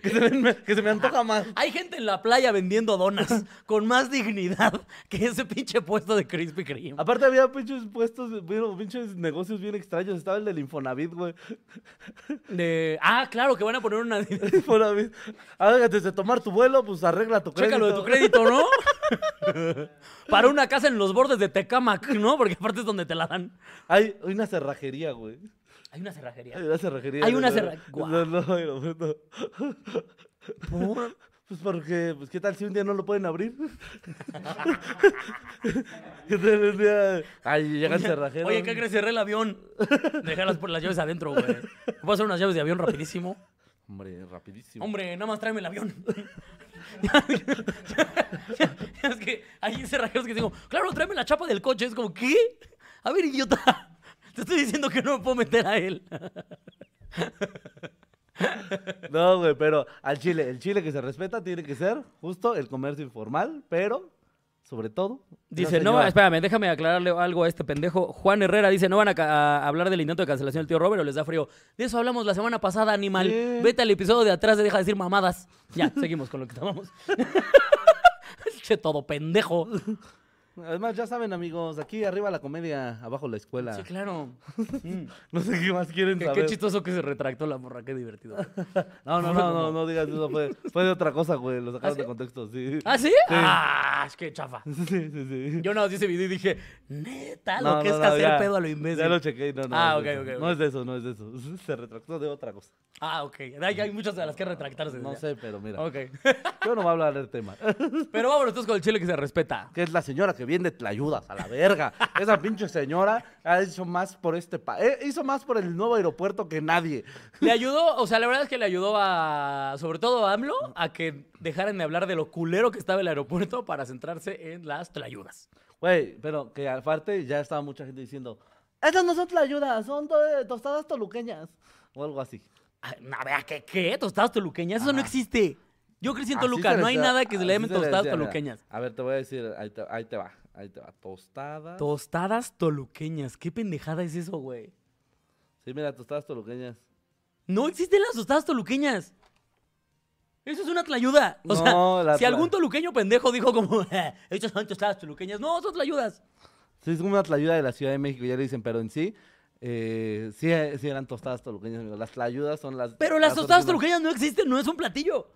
[SPEAKER 1] que, se me, que se me antoja más.
[SPEAKER 2] Hay gente en la playa vendiendo donas con más dignidad que ese pinche puesto de Krispy Kreme.
[SPEAKER 1] Aparte había pinches puestos, bueno, pinches negocios bien extraños. Estaba el del Infonavit, güey.
[SPEAKER 2] De- Ah, claro, que van a poner una...
[SPEAKER 1] Infonavit. Ahora, desde tomar tu vuelo, pues arregla tu crédito.
[SPEAKER 2] Chécalo de tu crédito, ¿no? Para una casa en los bordes de Tecamac, ¿no? Porque aparte es donde te la dan.
[SPEAKER 1] Hay hay una cerrajería, güey.
[SPEAKER 2] Hay una cerrajería.
[SPEAKER 1] Hay una cerrajería.
[SPEAKER 2] Hay
[SPEAKER 1] en
[SPEAKER 2] una
[SPEAKER 1] el-
[SPEAKER 2] cerra-
[SPEAKER 1] en el
[SPEAKER 2] Guau.
[SPEAKER 1] nuevo aeropuerto. Pues porque, pues qué tal si un día no lo pueden abrir. ¿Qué tal un día? Ay, llega el cerrajero.
[SPEAKER 2] Oye, ¿qué crees? Cerré el avión. Déjalas por las llaves adentro, güey. Voy a hacer unas llaves de avión rapidísimo.
[SPEAKER 1] Hombre, rapidísimo.
[SPEAKER 2] Hombre, nada más tráeme el avión. Ya- ya- ya es que hay cerrajeros que digo, claro, tráeme la chapa del coche. Es como, ¿qué? A ver, idiota. Te estoy diciendo que no me puedo meter a él.
[SPEAKER 1] No, güey, pero al Chile, el Chile que se respeta tiene que ser justo el comercio informal, pero sobre todo. una
[SPEAKER 2] Dice, no,
[SPEAKER 1] señora.
[SPEAKER 2] espérame, déjame aclararle algo a este pendejo. Juan Herrera dice, no van a, ca- a hablar del intento de cancelación del tío Robert o les da frío. De eso hablamos la semana pasada, animal.
[SPEAKER 1] Sí.
[SPEAKER 2] Vete al episodio de atrás y deja de decir mamadas. Ya, seguimos con lo que estábamos. che, todo pendejo.
[SPEAKER 1] Además, ya saben, amigos, aquí arriba la comedia, abajo la escuela.
[SPEAKER 2] Sí, claro. Mm,
[SPEAKER 1] No sé qué más quieren
[SPEAKER 2] qué, qué
[SPEAKER 1] saber.
[SPEAKER 2] chistoso que se retractó la morra, qué divertido.
[SPEAKER 1] no, no, no, no, no digas eso. Fue, fue de otra cosa, güey. Lo sacaron de contexto, sí.
[SPEAKER 2] ¿Ah, sí? Ah, es que chafa.
[SPEAKER 1] Sí, sí, sí.
[SPEAKER 2] Yo no vi ese video y dije, neta, lo
[SPEAKER 1] No,
[SPEAKER 2] que
[SPEAKER 1] no,
[SPEAKER 2] es
[SPEAKER 1] no,
[SPEAKER 2] hacer
[SPEAKER 1] ya.
[SPEAKER 2] pedo a lo imbécil.
[SPEAKER 1] Ya lo chequé y no, no.
[SPEAKER 2] Ah,
[SPEAKER 1] es de
[SPEAKER 2] ok,
[SPEAKER 1] eso.
[SPEAKER 2] ok,
[SPEAKER 1] No
[SPEAKER 2] ok.
[SPEAKER 1] es de eso, no es de eso. Se retractó de otra cosa.
[SPEAKER 2] Ah, ok. Hay, hay muchas de las que retractarse.
[SPEAKER 1] No
[SPEAKER 2] ya.
[SPEAKER 1] sé, pero mira.
[SPEAKER 2] Ok.
[SPEAKER 1] Yo no voy a hablar del tema.
[SPEAKER 2] Pero vámonos entonces con el chile que se respeta.
[SPEAKER 1] que es la señora que viene te ayudas a la verga. Esa pinche señora ha hecho más por este país. hizo más por el nuevo aeropuerto que nadie.
[SPEAKER 2] Le ayudó, o sea, la verdad es que le ayudó a, sobre todo a AMLO, a que dejaran de hablar de lo culero que estaba el aeropuerto para centrarse en las tlayudas.
[SPEAKER 1] Güey, pero que aparte ya estaba mucha gente diciendo, esas no son tlayudas, son to- eh, tostadas toluqueñas. O algo así.
[SPEAKER 2] Ay, No, vea, ¿qué, qué? ¿Tostadas toluqueñas? Eso no
[SPEAKER 1] Ajá.
[SPEAKER 2] existe. Yo crecí en
[SPEAKER 1] Así
[SPEAKER 2] Toluca,
[SPEAKER 1] se
[SPEAKER 2] no
[SPEAKER 1] les
[SPEAKER 2] hay
[SPEAKER 1] da-
[SPEAKER 2] nada que se le
[SPEAKER 1] así
[SPEAKER 2] llamen
[SPEAKER 1] les
[SPEAKER 2] tostadas
[SPEAKER 1] decía, mira.
[SPEAKER 2] toluqueñas.
[SPEAKER 1] A ver, te voy a decir, ahí te, ahí te va, ahí te va. Tostadas.
[SPEAKER 2] Tostadas toluqueñas, qué pendejada es eso, güey.
[SPEAKER 1] sí, mira, tostadas toluqueñas.
[SPEAKER 2] No existen las tostadas toluqueñas. Eso es una tlayuda. O
[SPEAKER 1] No,
[SPEAKER 2] sea,
[SPEAKER 1] la
[SPEAKER 2] si
[SPEAKER 1] tla-
[SPEAKER 2] algún toluqueño pendejo dijo como, "Eh, estas son tostadas toluqueñas, no, son tlayudas.
[SPEAKER 1] Sí, es una tlayuda de la Ciudad de México, ya le dicen, pero en sí, eh, sí, eh, sí eran tostadas toluqueñas, amigo. Las tlayudas son las...
[SPEAKER 2] Pero las tostadas
[SPEAKER 1] últimas-
[SPEAKER 2] toluqueñas no existen, no es un platillo.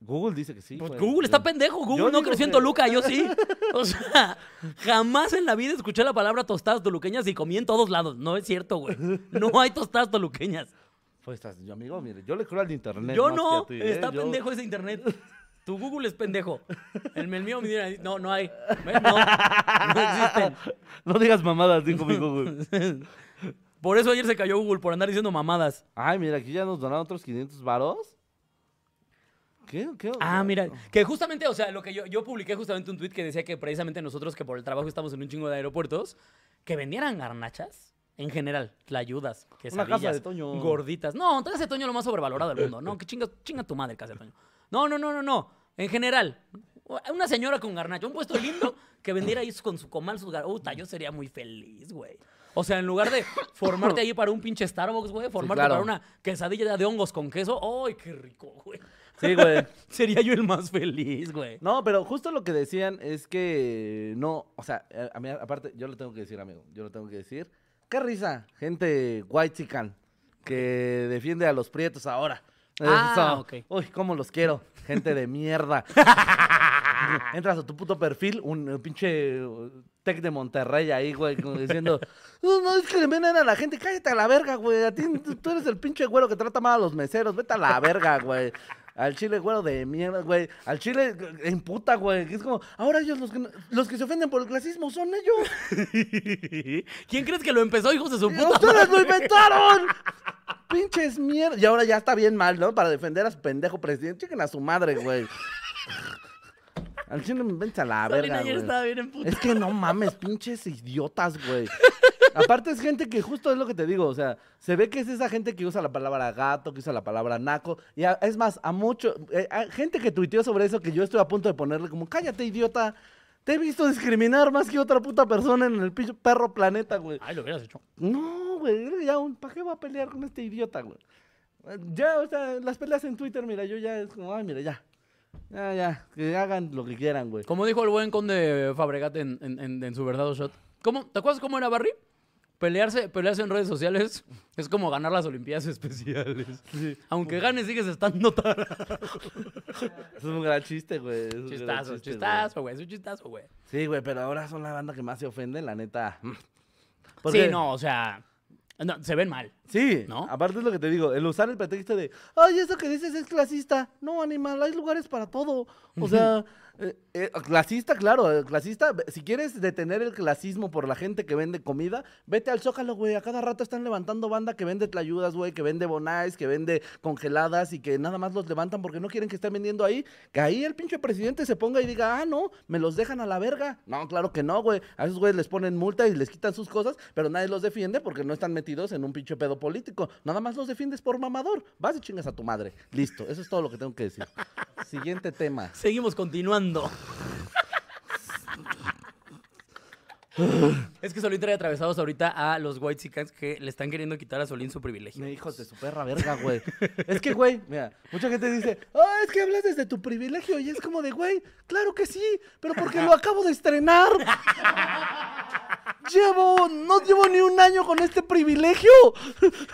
[SPEAKER 1] Google dice que sí.
[SPEAKER 2] Pues
[SPEAKER 1] güey.
[SPEAKER 2] Google está pendejo, Google
[SPEAKER 1] Yo
[SPEAKER 2] no
[SPEAKER 1] digo
[SPEAKER 2] creció en
[SPEAKER 1] que-
[SPEAKER 2] Toluca, yo sí. O sea, jamás en la vida escuché la palabra tostadas toluqueñas y comí en todos lados. No es cierto, güey. No hay tostadas toluqueñas.
[SPEAKER 1] Pues estás, yo, amigo, mire, yo le creo al internet.
[SPEAKER 2] Yo
[SPEAKER 1] más que
[SPEAKER 2] no,
[SPEAKER 1] a ti, ¿eh?
[SPEAKER 2] está
[SPEAKER 1] Yo-
[SPEAKER 2] pendejo ese internet. Tu Google es pendejo. El, el mío me dirá, no, no hay. ¿Ves? No, no
[SPEAKER 1] No digas mamadas, dijo mi Google.
[SPEAKER 2] existen. Por eso ayer se cayó Google, por andar diciendo mamadas.
[SPEAKER 1] Ay, mira, aquí ya nos donaron otros 500 varos. ¿Qué? ¿Qué?
[SPEAKER 2] Ah, mira, que justamente, o sea, lo que yo, yo publiqué justamente un tweet que decía que precisamente nosotros que por el trabajo estamos en un chingo de aeropuertos, que vendieran garnachas en general, tlayudas,
[SPEAKER 1] Una
[SPEAKER 2] quesadillas,
[SPEAKER 1] casa de Toño.
[SPEAKER 2] gorditas. No, casa de Toño es lo más sobrevalorado del mundo. No, que chinga, chinga tu madre, casa de Toño. No, no, no, no, no. En general, una señora con garnacha, un puesto lindo que vendiera ahí con su comal sus garnachas. Puta, yo sería muy feliz, güey. O sea, en lugar de formarte ahí para un pinche Starbucks, güey, formarte
[SPEAKER 1] claro.
[SPEAKER 2] para una quesadilla de hongos con queso. ¡Ay, qué rico, güey!
[SPEAKER 1] Sí, güey.
[SPEAKER 2] Sería yo el más feliz, güey.
[SPEAKER 1] No, pero justo lo que decían es que no, o sea, eh, a- a mí, aparte, yo lo tengo que decir, amigo, yo lo tengo que decir. Qué risa, gente white chican que defiende a los prietos ahora.
[SPEAKER 2] Ah, ok.
[SPEAKER 1] Uy, cómo los quiero, gente de mierda. Entras a tu puto perfil, un, eh, pinche tech de Monterrey ahí, güey, como diciendo, no, no discriminen a la gente, cállate a la verga, güey. A ti, tú tú eres el pinche güero que trata mal a los meseros, vete a la verga, güey. Al chile güero de mierda, güey. Al chile eh, en puta, güey. que Es como, ahora ellos los que, no- los que se ofenden por el clasismo son ellos.
[SPEAKER 2] ¿Quién crees que lo empezó, hijos de su puta
[SPEAKER 1] ¡Ustedes lo
[SPEAKER 2] madre?
[SPEAKER 1] inventaron! ¡Pinches mierda! Y ahora ya está bien mal, ¿no? Para defender a su pendejo presidente. Chequen a su madre, güey. Al chile me inventes a la
[SPEAKER 2] Solín
[SPEAKER 1] verga,
[SPEAKER 2] ayer
[SPEAKER 1] güey.
[SPEAKER 2] estaba bien en puta.
[SPEAKER 1] Es que no mames, pinches idiotas, güey. Aparte es gente que justo es lo que te digo, o sea, se ve que es esa gente que usa la palabra gato, que usa la palabra naco, y a- es más, a mucho, eh, a gente que tuiteó sobre eso que yo estoy a punto de ponerle como, cállate idiota, te he visto discriminar más que otra puta persona en el pinche perro planeta, güey.
[SPEAKER 2] Ay, lo hubieras hecho.
[SPEAKER 1] No, güey, ya, un- ¿para qué va a pelear con este idiota, güey? Eh, Ya, o sea, las peleas en Twitter, mira, yo ya es como, ay, mira, ya. Ya, ya, que hagan lo que quieran, güey.
[SPEAKER 2] Como dijo el buen conde Fabregat en, en- en- en su verdad o shot. ¿Cómo? ¿Te acuerdas cómo era Barry? Pelearse, pelearse en redes sociales es como ganar las Olimpiadas especiales. Aunque ganes, sigues estando tarado.
[SPEAKER 1] Es un gran chiste, güey. es un gran
[SPEAKER 2] Chistazo,
[SPEAKER 1] chiste,
[SPEAKER 2] chistazo, güey. Es un chistazo, güey.
[SPEAKER 1] güey. Sí, güey, pero ahora son la banda que más se ofende, la neta.
[SPEAKER 2] Mm. Sí,
[SPEAKER 1] Porque-
[SPEAKER 2] no, o sea. no, se ven mal.
[SPEAKER 1] Sí,
[SPEAKER 2] ¿No?
[SPEAKER 1] aparte es lo que te digo, el usar el pretexto de, ay, eso que dices es clasista. No, animal, hay lugares para todo. O sea, eh, eh, clasista, claro, eh, clasista, ve- si quieres detener el clasismo por la gente que vende comida, vete al Zócalo, güey, a cada rato están levantando banda que vende tlayudas, güey, que vende bonais, que vende congeladas y que nada más los levantan porque no quieren que estén vendiendo ahí. Que ahí el pinche presidente se ponga y diga, ah, no, me los dejan a la verga. No, claro que no, güey. A esos güeyes les ponen multa y les quitan sus cosas, pero nadie los defiende porque no están metidos en un pinche pedo político. Nada más los defiendes por mamador. Vas y chingas a tu madre. Listo, eso es todo lo que tengo que decir. Siguiente tema.
[SPEAKER 2] Seguimos continuando. es que Solín trae atravesados ahorita a los White que le están queriendo quitar a Solín su privilegio.
[SPEAKER 1] Me hijos de su perra verga, güey. Es que, güey, mira, mucha gente dice, ah, es que hablas desde tu privilegio. Y es como de, güey, claro que sí, pero porque lo acabo de estrenar. Llevo, no llevo ni un año con este privilegio.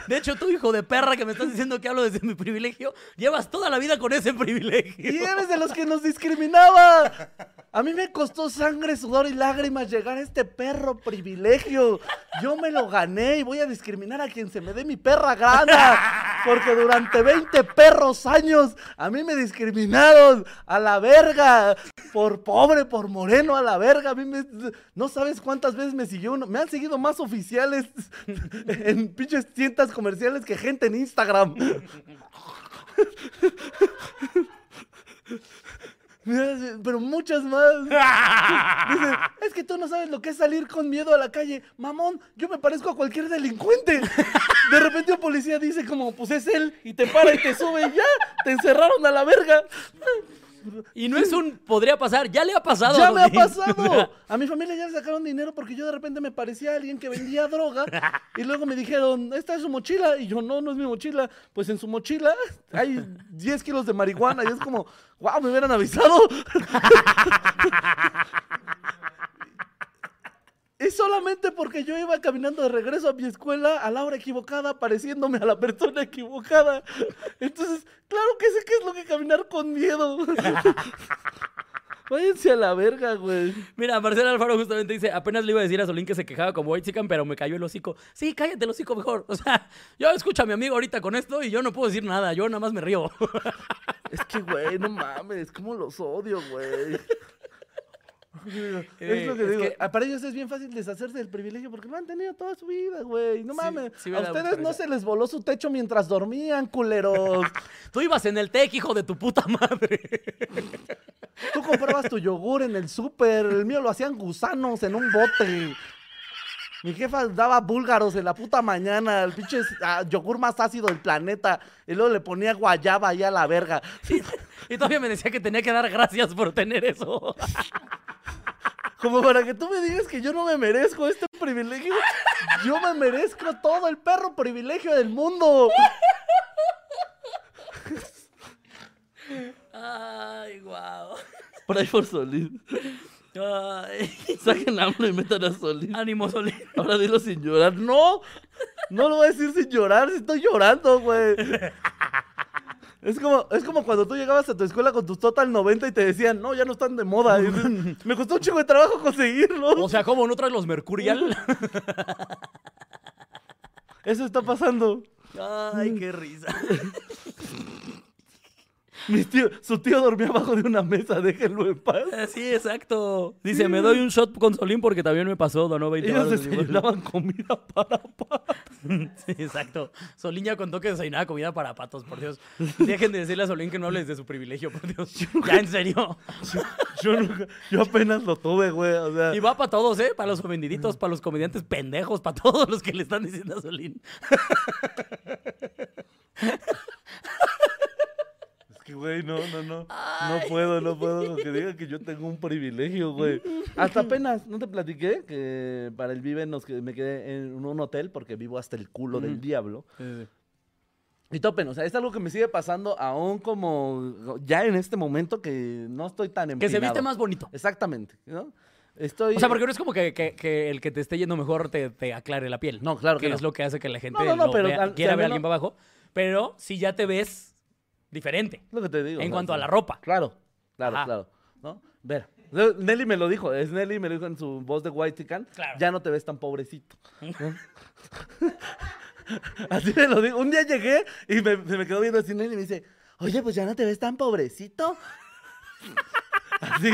[SPEAKER 2] De hecho, tú, hijo de perra, que me estás diciendo que hablo desde mi privilegio, llevas toda la vida con ese privilegio.
[SPEAKER 1] Y eres de los que nos discriminaba. A mí me costó sangre, sudor y lágrimas llegar a este perro privilegio. Yo me lo gané y voy a discriminar a quien se me dé mi perra gana. Porque durante 20 perros años a mí me discriminaron a la verga. Por pobre, por moreno, a la verga. A mí me- no sabes cuántas veces me siguió uno. Me han seguido más oficiales en pinches tiendas comerciales que gente en Instagram. Mira, sí, Pero muchas más. Dice, es que tú no sabes lo que es salir con miedo a la calle. Mamón, yo me parezco a cualquier delincuente. De repente un policía dice como, pues es él, y te para y te sube y ya, te encerraron a la verga.
[SPEAKER 2] Y no es un podría pasar, ya le ha pasado.
[SPEAKER 1] Ya me ha
[SPEAKER 2] Solín.
[SPEAKER 1] pasado. A mi familia ya le sacaron dinero porque yo de repente me parecía a alguien que vendía droga. Y luego me dijeron, esta es su mochila. Y yo, no, no es mi mochila. Pues en su mochila hay 10 kilos de marihuana. Y es como, wow, me hubieran avisado. Y solamente porque yo iba caminando de regreso a mi escuela a la hora equivocada, pareciéndome a la persona equivocada. Entonces, claro que sé qué es lo que caminar con miedo. Váyanse a la verga, güey.
[SPEAKER 2] Mira, Marcelo Alfaro justamente dice, apenas le iba a decir a Solín que se quejaba como White Chicken, pero me cayó el hocico. Sí, cállate el hocico mejor. O sea, yo escucho a mi amigo ahorita con esto y yo no puedo decir nada, yo nada más me río.
[SPEAKER 1] Es que, güey, no mames, cómo los odio, güey. Es lo que
[SPEAKER 3] es
[SPEAKER 1] digo.
[SPEAKER 3] que-
[SPEAKER 1] ah, Para ellos es bien fácil deshacerse del privilegio porque lo han tenido toda su vida, güey. No
[SPEAKER 2] Sí,
[SPEAKER 1] mames.
[SPEAKER 2] sí me
[SPEAKER 1] a
[SPEAKER 2] da mucha
[SPEAKER 1] ustedes no
[SPEAKER 2] risa.
[SPEAKER 1] se les voló su techo mientras dormían, culeros.
[SPEAKER 2] Tú ibas en el tech, hijo de tu puta madre.
[SPEAKER 1] Tú comprabas tu yogur en el súper. El mío lo hacían gusanos en un bote. Mi jefa daba búlgaros en la puta mañana, el pinche ah, yogur más ácido del planeta. Y luego le ponía guayaba ahí a la verga.
[SPEAKER 2] Y todavía me decía que tenía que dar gracias por tener eso.
[SPEAKER 1] Como para que tú me digas que yo no me merezco este privilegio. Yo me merezco todo el perro privilegio del mundo.
[SPEAKER 2] Ay, guau.
[SPEAKER 4] Por ahí por Solís.
[SPEAKER 2] Ay.
[SPEAKER 4] Saquen hambre y metan a Solís.
[SPEAKER 2] Ánimo, Solín.
[SPEAKER 4] Ahora dilo sin llorar. ¡No!
[SPEAKER 1] No lo voy a decir sin llorar, si estoy llorando, güey. Es como, es como cuando tú llegabas a tu escuela con tus Total 90 y te decían, no, ya no están de moda. Y dices, me costó un chingo de trabajo conseguirlo.
[SPEAKER 2] O sea, ¿cómo no traes los Mercurial?
[SPEAKER 1] Eso está pasando.
[SPEAKER 2] Ay, qué risa.
[SPEAKER 1] Mi tío- su tío dormía abajo de una mesa, déjenlo en paz.
[SPEAKER 2] Sí, exacto. Dice, me doy un shot con Solín porque también me pasó, donó 20
[SPEAKER 1] Ellos
[SPEAKER 2] varos.
[SPEAKER 1] desayunaban comida para paz.
[SPEAKER 2] Sí, exacto. Solín ya contó que desayunaba comida para patos, por Dios. Dejen de decirle a Solín que no hables de su privilegio, por Dios. Ya, en serio.
[SPEAKER 1] Yo, nunca- yo apenas lo tuve, güey. O sea,
[SPEAKER 2] Y va para todos, ¿eh? Para los benditos, para los comediantes pendejos, para todos los que le están diciendo a Solín.
[SPEAKER 1] Es que, güey, no, no, no. No puedo, no puedo con que digan que yo tengo un privilegio, güey. Hasta apenas, ¿no te platiqué? Que para el Vive nos, que- me quedé en un, un hotel porque vivo hasta el culo del diablo. Y topen, o sea, es algo que me sigue pasando aún como ya en este momento que no estoy tan empinado.
[SPEAKER 2] Que se viste más bonito.
[SPEAKER 1] Exactamente, ¿no? Estoy...
[SPEAKER 2] O sea, porque no es como que, que- que el que te esté yendo mejor te, te aclare la piel.
[SPEAKER 1] No, claro que
[SPEAKER 2] Que
[SPEAKER 1] no.
[SPEAKER 2] es lo que hace que la gente
[SPEAKER 1] No, no, no,
[SPEAKER 2] lo
[SPEAKER 1] pero
[SPEAKER 2] vea-
[SPEAKER 1] al- si
[SPEAKER 2] quiera
[SPEAKER 1] al
[SPEAKER 2] ver a
[SPEAKER 1] menos-
[SPEAKER 2] alguien para abajo. Pero si ya te ves diferente.
[SPEAKER 1] Lo que te digo. o
[SPEAKER 2] En
[SPEAKER 1] sea,
[SPEAKER 2] cuanto a
[SPEAKER 1] sí.
[SPEAKER 2] la ropa.
[SPEAKER 1] Claro, claro,
[SPEAKER 2] Ajá.
[SPEAKER 1] claro. ¿No? Ver. Nelly me lo dijo, es Nelly me lo dijo en su voz de White Tican.
[SPEAKER 2] Claro.
[SPEAKER 1] Ya no te ves tan pobrecito. ¿no? así me lo dijo. Un día llegué y me, se me quedó viendo así Nelly y me dice, oye, pues ya no te ves tan pobrecito. así,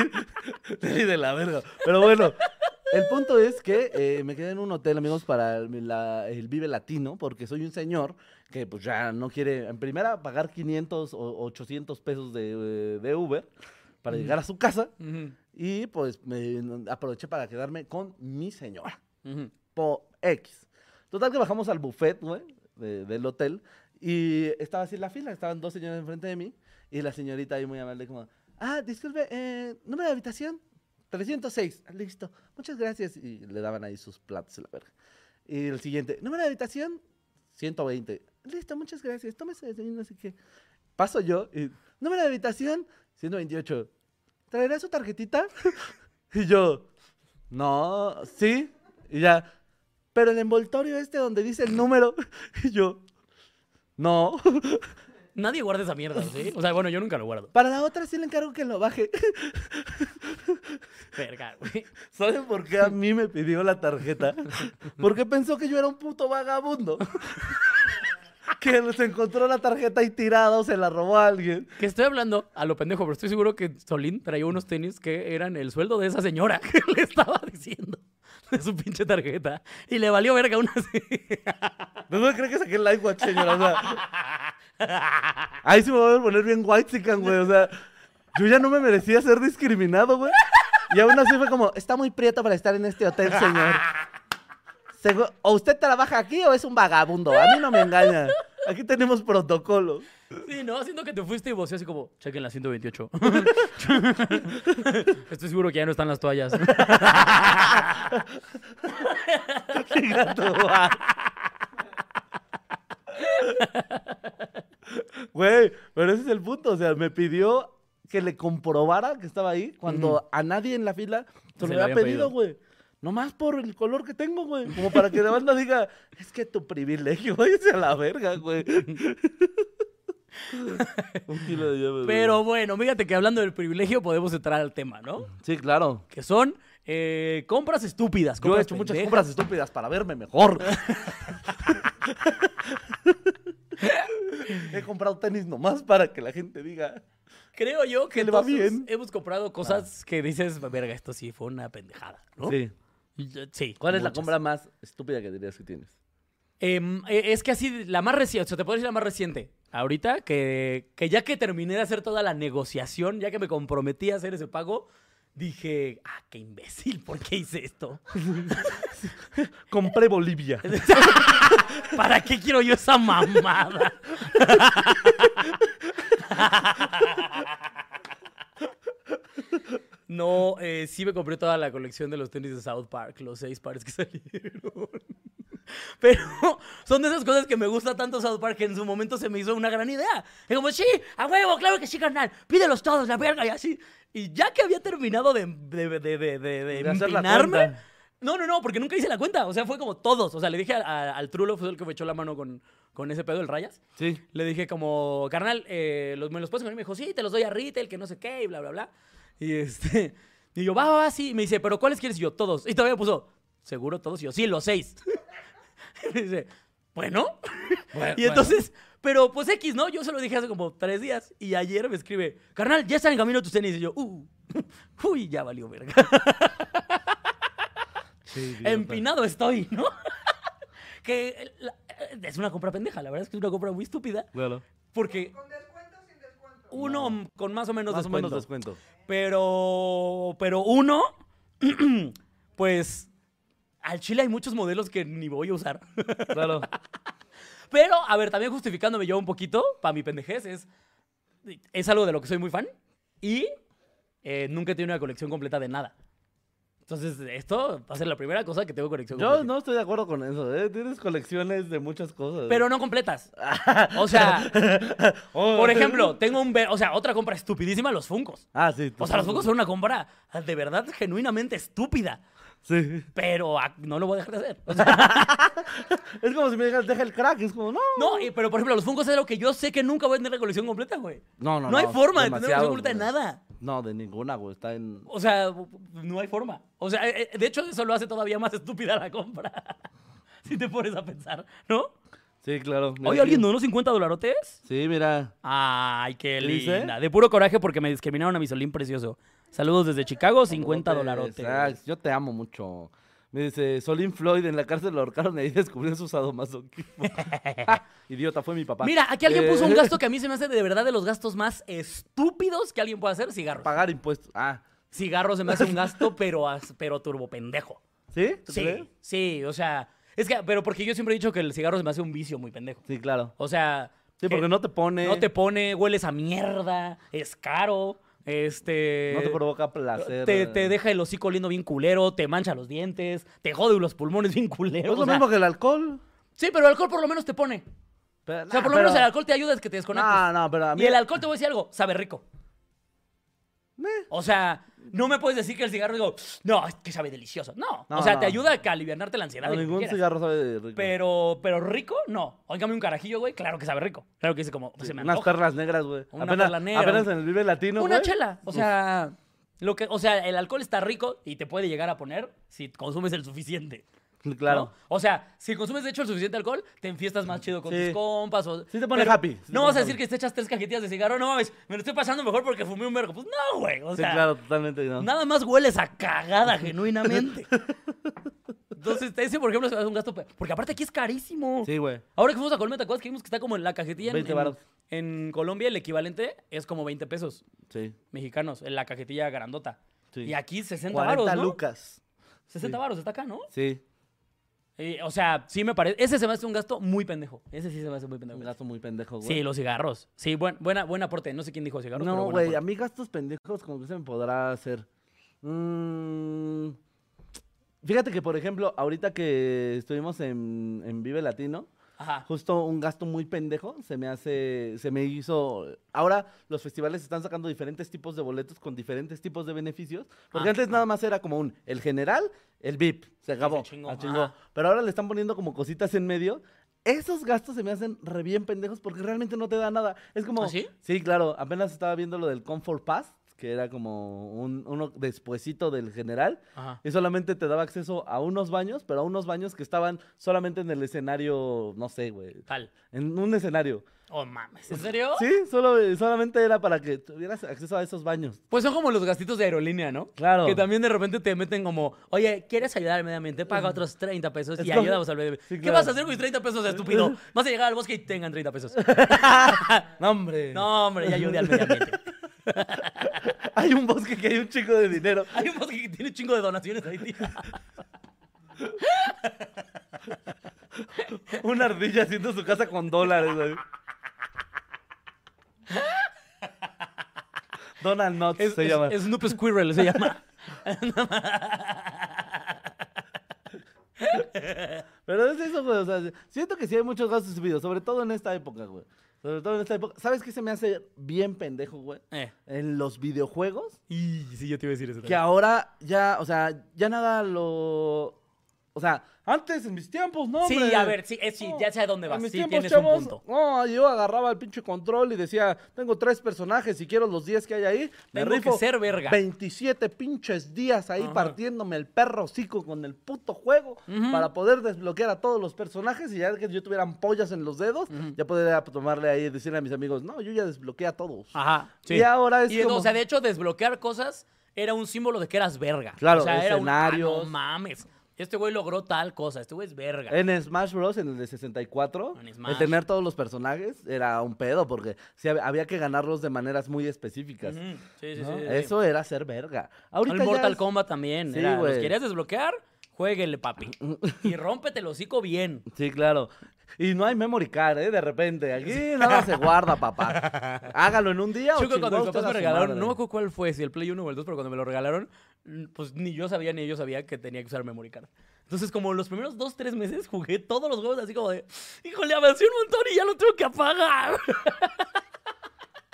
[SPEAKER 1] Nelly de la verga. Pero bueno. El punto es que eh, me quedé en un hotel, amigos, para el, la- el Vive Latino, porque soy un señor que pues ya no quiere, en primera, pagar 500 o 800 pesos de, eh, de Uber para llegar a su casa.
[SPEAKER 2] Ujú,
[SPEAKER 1] Y pues me aproveché para quedarme con mi señora.
[SPEAKER 2] ujú.
[SPEAKER 1] Po X. Total que bajamos al buffet, güey, de- del hotel. Y estaba así la fila, estaban dos señores enfrente de mí. Y la señorita ahí muy amable como, ah, disculpe, eh, ¿número de habitación? 306. "Ah, Listo. Muchas gracias. Y le daban ahí sus platos, la verga. Y el siguiente, ¿número de habitación? 120. Listo, muchas gracias. Tómese desayuno, así que... Paso yo y... ¿Número de habitación? 128. ¿Traerá su tarjetita? y yo... No, sí. Y ya. Pero el envoltorio este donde dice el número. Y yo. No.
[SPEAKER 2] Nadie guarda esa mierda, ¿sí? O sea, bueno, yo nunca lo guardo.
[SPEAKER 1] Para la otra sí le encargo que lo baje.
[SPEAKER 2] Verga, güey.
[SPEAKER 1] ¿Saben por qué a mí me pidió la tarjeta? Porque pensó que yo era un puto vagabundo. Que se encontró la tarjeta ahí tirada o se la robó a alguien.
[SPEAKER 2] Que estoy hablando a lo pendejo, pero estoy seguro que Solín traía unos tenis que eran el sueldo de esa señora que le estaba diciendo de su pinche tarjeta. Y le valió verga una así.
[SPEAKER 1] ¿De dónde cree que saqué el iWatch, señora? O sea, ahí sí me voy a poner bien whitezican, güey. O sea, yo ya no me merecía ser discriminado, güey. Y aún así fue como, está muy prieto para estar en este hotel, señor. Segu- o usted trabaja aquí o es un vagabundo. A mí no me engaña. Aquí tenemos protocolo.
[SPEAKER 2] Sí, no, siento que te fuiste y vos así como, chequen la 128. estoy seguro que ya no están las toallas.
[SPEAKER 1] Chinga tu madre. Güey, pero ese es el punto. O sea, me pidió que le comprobara que estaba ahí cuando a nadie en la fila se
[SPEAKER 2] Se
[SPEAKER 1] lo
[SPEAKER 2] lo
[SPEAKER 1] había
[SPEAKER 2] habían
[SPEAKER 1] pedido,
[SPEAKER 2] pedido.
[SPEAKER 1] güey. Nomás por el color que tengo, güey. Como para que la banda diga, es que tu privilegio, güey, a la verga, güey.
[SPEAKER 4] Un kilo de llave.
[SPEAKER 2] Pero bueno, fíjate que hablando del privilegio podemos entrar al tema, ¿no?
[SPEAKER 1] Sí, claro.
[SPEAKER 2] Que son eh, compras estúpidas.
[SPEAKER 1] Yo he
[SPEAKER 2] compras
[SPEAKER 1] hecho muchas
[SPEAKER 2] pendejas.
[SPEAKER 1] compras estúpidas para verme mejor. He comprado tenis nomás para que la gente diga.
[SPEAKER 2] Creo yo que
[SPEAKER 1] le va
[SPEAKER 2] entonces
[SPEAKER 1] bien. Ah.
[SPEAKER 2] hemos comprado cosas que dices, verga, esto sí fue una pendejada, ¿no? Y-
[SPEAKER 1] Sí.
[SPEAKER 2] Sí.
[SPEAKER 1] ¿Cuál es la
[SPEAKER 2] muchas.
[SPEAKER 1] compra más estúpida que dirías que tienes?
[SPEAKER 2] Em, eh, es que así, la más reciente, o sea, te puedo decir la más reciente. Ahorita, que, que ya que terminé de hacer toda la negociación, ya que me comprometí a hacer ese pago, dije, ah, qué imbécil, ¿por qué hice esto?
[SPEAKER 1] Compré Bolivia.
[SPEAKER 2] ¿Para qué quiero yo esa mamada? No, eh, sí me compré toda la colección de los tenis de South Park, los seis pares que salieron. Pero son de esas cosas que me gusta tanto South Park que en su momento se me hizo una gran idea. Es como, sí, a huevo, claro que sí, carnal, pídelos todos, la verga, y así. Y ya que había terminado de, de, de, de, de, de
[SPEAKER 1] De hacer la
[SPEAKER 2] empinarme,
[SPEAKER 1] cuenta.
[SPEAKER 2] no, no, no, porque nunca hice la cuenta. O sea, fue como todos. O sea, le dije a- a- al Trulo, fue el que me echó la mano con, con ese pedo del Rayas.
[SPEAKER 1] Sí.
[SPEAKER 2] Le dije como, carnal, eh, los, ¿me los puedes poner? Y me dijo, sí, te los doy a retail, que no sé qué, y bla, bla, bla. Y este, y yo, va, va, va, sí. Y me dice, ¿pero cuáles quieres? Y yo, todos. Y todavía me puso, ¿seguro todos? Y yo, sí, los seis. y me dice, bueno. y entonces, pero pues X, ¿no? Yo se lo dije hace como tres días. Y ayer me escribe, carnal, ya están en camino tus tenis. Y yo, uh, uy, ya valió verga. Empinado estoy, ¿no? que eh, la- eh, es una compra pendeja, la verdad es que es una compra muy estúpida,
[SPEAKER 1] Claro.
[SPEAKER 2] porque
[SPEAKER 5] ¿Con descuento o sin descuento?
[SPEAKER 2] uno m- con más o menos
[SPEAKER 1] Más o
[SPEAKER 2] descuento,
[SPEAKER 1] menos descuento.
[SPEAKER 2] pero pero uno pues al chile hay muchos modelos que ni voy a usar.
[SPEAKER 1] Claro.
[SPEAKER 2] Pero a ver, también justificándome yo un poquito para mi pendejez es es algo de lo que soy muy fan y eh, nunca he tenido una colección completa de nada. Entonces, esto va a ser la primera cosa que tengo colección
[SPEAKER 1] Yo
[SPEAKER 2] completa.
[SPEAKER 1] no estoy de acuerdo con eso, ¿eh? Tienes colecciones de muchas cosas.
[SPEAKER 2] Pero no completas. O sea,
[SPEAKER 1] Oh.
[SPEAKER 2] Por ejemplo, tengo un... ve- O sea, otra compra estupidísima, los Funcos.
[SPEAKER 1] Ah, sí.
[SPEAKER 2] O sea, los Funcos son una compra ah, de verdad genuinamente estúpida.
[SPEAKER 1] Sí.
[SPEAKER 2] Pero ah, no lo voy a dejar de hacer. O sea,
[SPEAKER 1] Es como si me dijeras, deja el crack. Es como, no.
[SPEAKER 2] no, y- pero por ejemplo, los Funcos es algo que yo sé que nunca voy a tener la colección completa, güey.
[SPEAKER 1] No, no,
[SPEAKER 2] No hay
[SPEAKER 1] no,
[SPEAKER 2] forma de tener la
[SPEAKER 1] demasiado,
[SPEAKER 2] colección completa de
[SPEAKER 1] güey.
[SPEAKER 2] nada.
[SPEAKER 1] No, de ninguna, güey. Está en.
[SPEAKER 2] O sea, no hay forma. O sea, eh, eh, de hecho, eso lo hace todavía más estúpida la compra. si te pones a pensar, ¿no?
[SPEAKER 1] Sí, claro. mira
[SPEAKER 2] Oye,
[SPEAKER 1] aquí.
[SPEAKER 2] ¿alguien no unos 50 dolarotes?
[SPEAKER 1] Sí, mira.
[SPEAKER 2] Ay, qué
[SPEAKER 1] ¿Dice?
[SPEAKER 2] linda. De puro coraje porque me discriminaron a mi solín precioso. Saludos desde Chicago, 50
[SPEAKER 1] Dolarotes,
[SPEAKER 2] dolarotes.
[SPEAKER 1] ah, yo te amo mucho. Me dice, Solín Floyd en la cárcel lo ahorcaron y ahí descubrió su sadomasoquismo. Ja, Idiota, fue mi papá.
[SPEAKER 2] Mira, aquí alguien puso un
[SPEAKER 1] Eh,
[SPEAKER 2] gasto que a mí se me hace de verdad de los gastos más estúpidos que alguien puede hacer, cigarros.
[SPEAKER 1] Pagar impuestos. Ah,
[SPEAKER 2] Cigarros se me hace un gasto, pero, as- pero turbo pendejo.
[SPEAKER 1] ¿sí? ¿Tú crees?
[SPEAKER 2] Sí, sí, o sea, es que, pero porque yo siempre he dicho que el cigarro se me hace un vicio muy pendejo.
[SPEAKER 1] Sí, claro.
[SPEAKER 2] O sea,
[SPEAKER 1] Sí, porque
[SPEAKER 2] eh,
[SPEAKER 1] no te pone...
[SPEAKER 2] no te pone, hueles a mierda, es caro, este...
[SPEAKER 1] no te eh. provoca placer.
[SPEAKER 2] Te, te deja el hocico oliendo bien culero, te mancha los dientes, te jode los pulmones bien
[SPEAKER 1] Es
[SPEAKER 2] culero.
[SPEAKER 1] lo
[SPEAKER 2] o sea,
[SPEAKER 1] mismo que el alcohol.
[SPEAKER 2] Sí, pero el alcohol por lo menos te pone.
[SPEAKER 1] Pero-
[SPEAKER 2] O sea,
[SPEAKER 1] nah,
[SPEAKER 2] por lo menos
[SPEAKER 1] Ah, pero-
[SPEAKER 2] el alcohol te ayuda a que te desconectes.
[SPEAKER 1] No, no, pero a mí...
[SPEAKER 2] Y el alcohol, te voy a decir algo, sabe rico.
[SPEAKER 1] Meh.
[SPEAKER 2] O sea, no me puedes decir que el cigarro, digo, no, es que sabe delicioso. No,
[SPEAKER 1] No,
[SPEAKER 2] o sea,
[SPEAKER 1] no.
[SPEAKER 2] te ayuda a alivianarte la ansiedad.
[SPEAKER 1] No,
[SPEAKER 2] y lo que
[SPEAKER 1] ningún
[SPEAKER 2] quieras.
[SPEAKER 1] cigarro sabe de rico.
[SPEAKER 2] Pero, pero rico, no. Óigame un carajillo, güey, claro que sabe rico. Claro que dice como,
[SPEAKER 1] Sí,
[SPEAKER 2] se me
[SPEAKER 1] Unas
[SPEAKER 2] antoja.
[SPEAKER 1] perlas negras, güey.
[SPEAKER 2] Una
[SPEAKER 1] apenas,
[SPEAKER 2] perla negra,
[SPEAKER 1] apenas
[SPEAKER 2] un-
[SPEAKER 1] en el Vive Latino,
[SPEAKER 2] Una
[SPEAKER 1] güey.
[SPEAKER 2] chela, o sea, lo que, o sea, el alcohol está rico y te puede llegar a poner si consumes el suficiente.
[SPEAKER 1] Claro.
[SPEAKER 2] ¿no? O sea, si consumes de hecho el suficiente alcohol, te enfiestas más chido con
[SPEAKER 1] Sí.
[SPEAKER 2] tus compas. O...
[SPEAKER 1] Sí te pone happy, sí te
[SPEAKER 2] no
[SPEAKER 1] pone
[SPEAKER 2] vas a decir
[SPEAKER 1] happy.
[SPEAKER 2] que te echas tres cajetillas de cigarro, no mames, me lo estoy pasando mejor porque fumé un vergo. Pues no, güey. O
[SPEAKER 1] Sí,
[SPEAKER 2] sea,
[SPEAKER 1] claro, totalmente. No.
[SPEAKER 2] nada más hueles a cagada genuinamente. Entonces, ese, por ejemplo, es un gasto. pe- Porque aparte aquí es carísimo.
[SPEAKER 1] Sí, güey.
[SPEAKER 2] Ahora que fuimos a Colombia, ¿te acuerdas que vimos que está como en la cajetilla? en-
[SPEAKER 1] 20
[SPEAKER 2] en-
[SPEAKER 1] varos.
[SPEAKER 2] en Colombia el equivalente es como 20 pesos
[SPEAKER 1] Sí.
[SPEAKER 2] mexicanos, en la cajetilla grandota.
[SPEAKER 1] Sí.
[SPEAKER 2] Y aquí 60
[SPEAKER 1] 40
[SPEAKER 2] varos, ¿no?
[SPEAKER 1] lucas.
[SPEAKER 2] 60
[SPEAKER 1] sí.
[SPEAKER 2] varos está acá, ¿no?
[SPEAKER 1] Sí.
[SPEAKER 2] Y, o sea, sí me parece, ese se me hace un gasto muy pendejo. Ese sí se me hace muy pendejo.
[SPEAKER 1] Un gasto muy pendejo, güey.
[SPEAKER 2] Sí, los cigarros. Sí, buen, buena, buen aporte. No sé quién dijo cigarros, pero
[SPEAKER 1] No,
[SPEAKER 2] buen
[SPEAKER 1] güey, a
[SPEAKER 2] aporte.
[SPEAKER 1] mí gastos pendejos como que se me podrá hacer. Mm, fíjate que, por ejemplo, ahorita que estuvimos en, en Vive Latino,
[SPEAKER 2] Ajá.
[SPEAKER 1] justo un gasto muy pendejo se me hace, se me hizo... Ahora los festivales están sacando diferentes tipos de boletos con diferentes tipos de beneficios, porque
[SPEAKER 2] Ah,
[SPEAKER 1] antes nada más era como un, el general, el VIP, se acabó,
[SPEAKER 2] chingó,
[SPEAKER 1] ah, chingó.
[SPEAKER 2] ajá.
[SPEAKER 1] Pero ahora le están poniendo como cositas en medio Esos gastos se me hacen re bien pendejos porque realmente no te da nada. Es como.
[SPEAKER 2] ¿Ah, sí?
[SPEAKER 1] claro. Apenas estaba viendo lo del Comfort Pass, que era como un, uno despuesito del general.
[SPEAKER 2] Ajá.
[SPEAKER 1] Y solamente te daba acceso a unos baños, pero a unos baños que estaban solamente en el escenario, no sé, güey.
[SPEAKER 2] Tal.
[SPEAKER 1] En un escenario.
[SPEAKER 2] Oh, mames. ¿En serio?
[SPEAKER 1] Sí, solo, solamente era para que tuvieras acceso a esos baños.
[SPEAKER 2] Pues son como los gastitos de aerolínea, ¿no?
[SPEAKER 1] Claro.
[SPEAKER 2] Que también de repente te meten como, oye, ¿quieres ayudar al medio ambiente? Paga otros 30 pesos
[SPEAKER 1] Es
[SPEAKER 2] y
[SPEAKER 1] como-
[SPEAKER 2] ayudamos al medio ambiente.
[SPEAKER 1] Sí,
[SPEAKER 2] ¿Qué
[SPEAKER 1] claro.
[SPEAKER 2] vas a hacer con mis 30 pesos, estúpido? Vas a llegar al bosque y tengan 30 pesos.
[SPEAKER 1] No, hombre.
[SPEAKER 2] No, hombre, ya ayudé al medio ambiente.
[SPEAKER 1] Hay un bosque que hay un chico de dinero.
[SPEAKER 2] Hay un bosque que tiene un chingo de donaciones ahí, tío.
[SPEAKER 1] Una ardilla haciendo su casa con dólares, güey. Donald Nuts
[SPEAKER 2] Es,
[SPEAKER 1] se
[SPEAKER 2] es-
[SPEAKER 1] llama.
[SPEAKER 2] es Snoop Squirrel, se llama.
[SPEAKER 1] Pero es eso, güey. O sea, siento que sí hay muchos gastos subidos, sobre todo en esta época, güey. Sobre todo en esta época. ¿Sabes qué se me hace bien pendejo, güey?
[SPEAKER 2] Eh.
[SPEAKER 1] En los videojuegos.
[SPEAKER 2] Y sí, yo te iba a decir eso.
[SPEAKER 1] Que ahora ya, o sea, ya nada lo. O sea, antes en mis tiempos, ¿no?
[SPEAKER 2] Sí,
[SPEAKER 1] hombre?
[SPEAKER 2] a ver, sí, es- sí, ya sé a dónde
[SPEAKER 1] En
[SPEAKER 2] vas,
[SPEAKER 1] mis
[SPEAKER 2] sí,
[SPEAKER 1] tiempos,
[SPEAKER 2] tienes un punto.
[SPEAKER 1] No, yo agarraba el pinche control y decía, tengo tres personajes, si quiero los 10 que hay ahí, me
[SPEAKER 2] Tengo que
[SPEAKER 1] rifo
[SPEAKER 2] ser verga.
[SPEAKER 1] 27 pinches días ahí
[SPEAKER 2] Ajá.
[SPEAKER 1] partiéndome el perro hocico con el puto juego
[SPEAKER 2] Ujú.
[SPEAKER 1] para poder desbloquear a todos los personajes y ya que yo tuviera ampollas en los dedos, ya podría tomarle ahí y decirle a mis amigos, no, yo ya desbloqueé a todos.
[SPEAKER 2] Ajá.
[SPEAKER 1] Y ahora es
[SPEAKER 2] Y, no,
[SPEAKER 1] como...
[SPEAKER 2] o sea, de hecho, desbloquear cosas era un símbolo de que eras verga.
[SPEAKER 1] Claro,
[SPEAKER 2] o sea, era un, "Ah,
[SPEAKER 1] escenarios.
[SPEAKER 2] no mames. Este güey logró tal cosa. Este güey es verga.
[SPEAKER 1] En Smash Bros, en el de 64,
[SPEAKER 2] En Smash.
[SPEAKER 1] el tener todos los personajes era un pedo, porque sí, hab- había que ganarlos de maneras muy específicas.
[SPEAKER 2] Ujú, Sí, sí,
[SPEAKER 1] ¿no?
[SPEAKER 2] sí, sí.
[SPEAKER 1] Eso era ser verga. Ahorita
[SPEAKER 2] El
[SPEAKER 1] ya
[SPEAKER 2] Mortal
[SPEAKER 1] es-
[SPEAKER 2] Kombat también.
[SPEAKER 1] Sí,
[SPEAKER 2] era, ¿Los
[SPEAKER 1] güey.
[SPEAKER 2] querías desbloquear? Jueguele, papi. Y rómpete el hocico bien.
[SPEAKER 1] Sí, claro. Y no hay memory card, ¿eh? De repente. Aquí nada se guarda, papá. Hágalo en un día o
[SPEAKER 2] Yo creo que cuando mis
[SPEAKER 1] chingó usted
[SPEAKER 2] papás
[SPEAKER 1] a
[SPEAKER 2] me
[SPEAKER 1] su
[SPEAKER 2] regalaron,
[SPEAKER 1] madre.
[SPEAKER 2] no me acuerdo cuál fue, si el Play 1 o el 2, pero cuando me lo regalaron, mm, pues ni yo sabía ni ellos sabían que tenía que usar memory card. Entonces, como los primeros dos, tres meses jugué todos los juegos así como de, híjole, avancé un montón y ya lo tengo que apagar.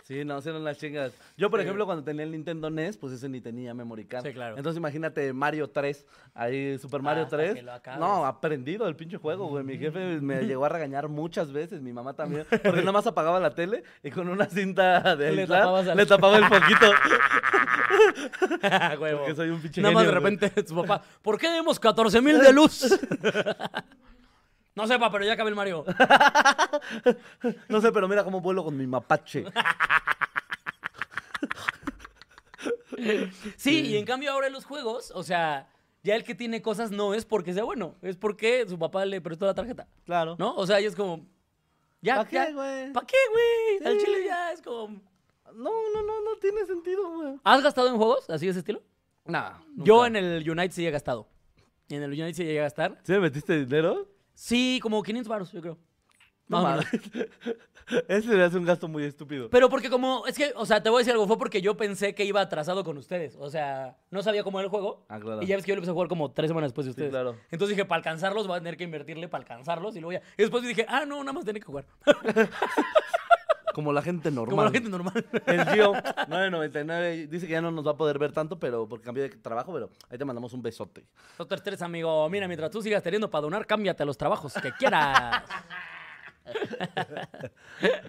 [SPEAKER 1] Sí, no, hicieron las chingas. Yo, por ejemplo, cuando tenía el Nintendo NES, pues ese ni tenía memory card.
[SPEAKER 2] Sí, claro. Ah,
[SPEAKER 1] Entonces, imagínate Mario 3, ahí Super Mario
[SPEAKER 2] Hasta
[SPEAKER 1] 3.
[SPEAKER 2] que lo acabes. Mm.
[SPEAKER 1] No, aprendido el pinche juego, güey. Mi jefe me llegó a regañar muchas veces, mi mamá también, porque nada más apagaba la tele y con una cinta de
[SPEAKER 2] Le
[SPEAKER 1] aislar
[SPEAKER 2] tapabas al-
[SPEAKER 1] le tapaba el foquito.
[SPEAKER 2] Huevo.
[SPEAKER 1] Porque soy un pinche
[SPEAKER 2] Nada más de
[SPEAKER 1] genio, güey.
[SPEAKER 2] repente su papá, ¿por qué vemos 14 mil de luz? no sepa, pero ya acabé el Mario.
[SPEAKER 1] No sé, pero mira cómo vuelo con mi mapache.
[SPEAKER 2] Sí, y en cambio ahora en los juegos, o sea, ya el que tiene cosas no es porque sea bueno, es porque su papá le prestó la tarjeta.
[SPEAKER 1] Claro.
[SPEAKER 2] ¿No? O sea, y es como. Ya,
[SPEAKER 1] ¿Pa' qué,
[SPEAKER 2] ya,
[SPEAKER 1] güey?
[SPEAKER 2] ¿Pa' qué, güey? Al
[SPEAKER 1] Sí.
[SPEAKER 2] chile ya es como.
[SPEAKER 1] No, no, no, no tiene sentido, güey.
[SPEAKER 2] ¿Has gastado en juegos así de ese estilo?
[SPEAKER 1] Nada.
[SPEAKER 2] Yo en el Unite sí he gastado. En el Unite sí llegué a gastar.
[SPEAKER 1] ¿Sí me metiste dinero?
[SPEAKER 2] Sí, como 500 baros, yo creo.
[SPEAKER 1] No
[SPEAKER 2] Más o menos.
[SPEAKER 1] mames. Ese le hace un gasto muy estúpido.
[SPEAKER 2] Pero porque como. Es que, o sea, te voy a decir algo. Fue porque yo pensé que iba atrasado con ustedes. O sea, no sabía cómo era el juego.
[SPEAKER 1] Ah, claro.
[SPEAKER 2] Y ya ves que yo lo empecé a jugar como tres semanas después de ustedes.
[SPEAKER 1] claro.
[SPEAKER 2] Entonces dije, para alcanzarlos voy a tener que invertirle para alcanzarlos. Y luego ya. Y después dije, ah, no, nada más tiene que jugar.
[SPEAKER 1] Como la gente normal.
[SPEAKER 2] como la gente normal.
[SPEAKER 1] El Gio 999 dice que ya no nos va a poder ver tanto, pero porque cambió de trabajo, pero ahí te mandamos un besote.
[SPEAKER 2] Doctor tres amigo. Mira, mientras tú sigas teniendo para donar, cámbiate a los trabajos que quieras.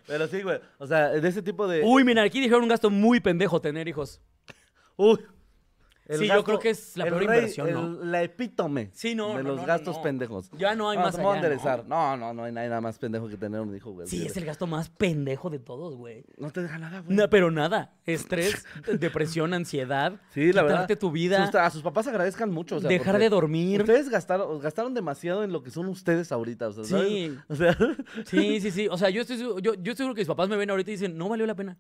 [SPEAKER 1] Pero sí, güey. O sea, de ese tipo de.
[SPEAKER 2] Uy, mira, aquí dijeron un gasto muy pendejo tener hijos.
[SPEAKER 1] Uy.
[SPEAKER 2] Sí, yo creo que es la
[SPEAKER 1] el
[SPEAKER 2] peor
[SPEAKER 1] rey,
[SPEAKER 2] inversión, ¿no?
[SPEAKER 1] el- la epítome
[SPEAKER 2] Sí, no,
[SPEAKER 1] de
[SPEAKER 2] no,
[SPEAKER 1] los
[SPEAKER 2] no, no,
[SPEAKER 1] gastos
[SPEAKER 2] no.
[SPEAKER 1] pendejos.
[SPEAKER 2] Ya no hay más
[SPEAKER 1] vamos a
[SPEAKER 2] allá, ¿no?
[SPEAKER 1] enderezar. ¿no? no, no, hay nada más pendejo que tener un hijo, güey.
[SPEAKER 2] Sí, es el gasto más pendejo de todos, güey.
[SPEAKER 1] No te deja nada, güey.
[SPEAKER 2] Mm. No, pero nada, estrés, de- depresión, ansiedad,
[SPEAKER 1] Sí, la
[SPEAKER 2] quitarte
[SPEAKER 1] verdad.
[SPEAKER 2] tu vida,
[SPEAKER 1] Sus- a sus papás agradezcan mucho. o sea,
[SPEAKER 2] dejar
[SPEAKER 1] porque
[SPEAKER 2] de dormir.
[SPEAKER 1] Ustedes gastaron, gastaron demasiado en lo que son ustedes ahorita. O sea, ¿sabes?
[SPEAKER 2] Sí.
[SPEAKER 1] O sea,
[SPEAKER 2] Sí, sí, sí. O sea, yo estoy, su- yo, yo estoy seguro que mis papás me ven ahorita y dicen, no valió la pena.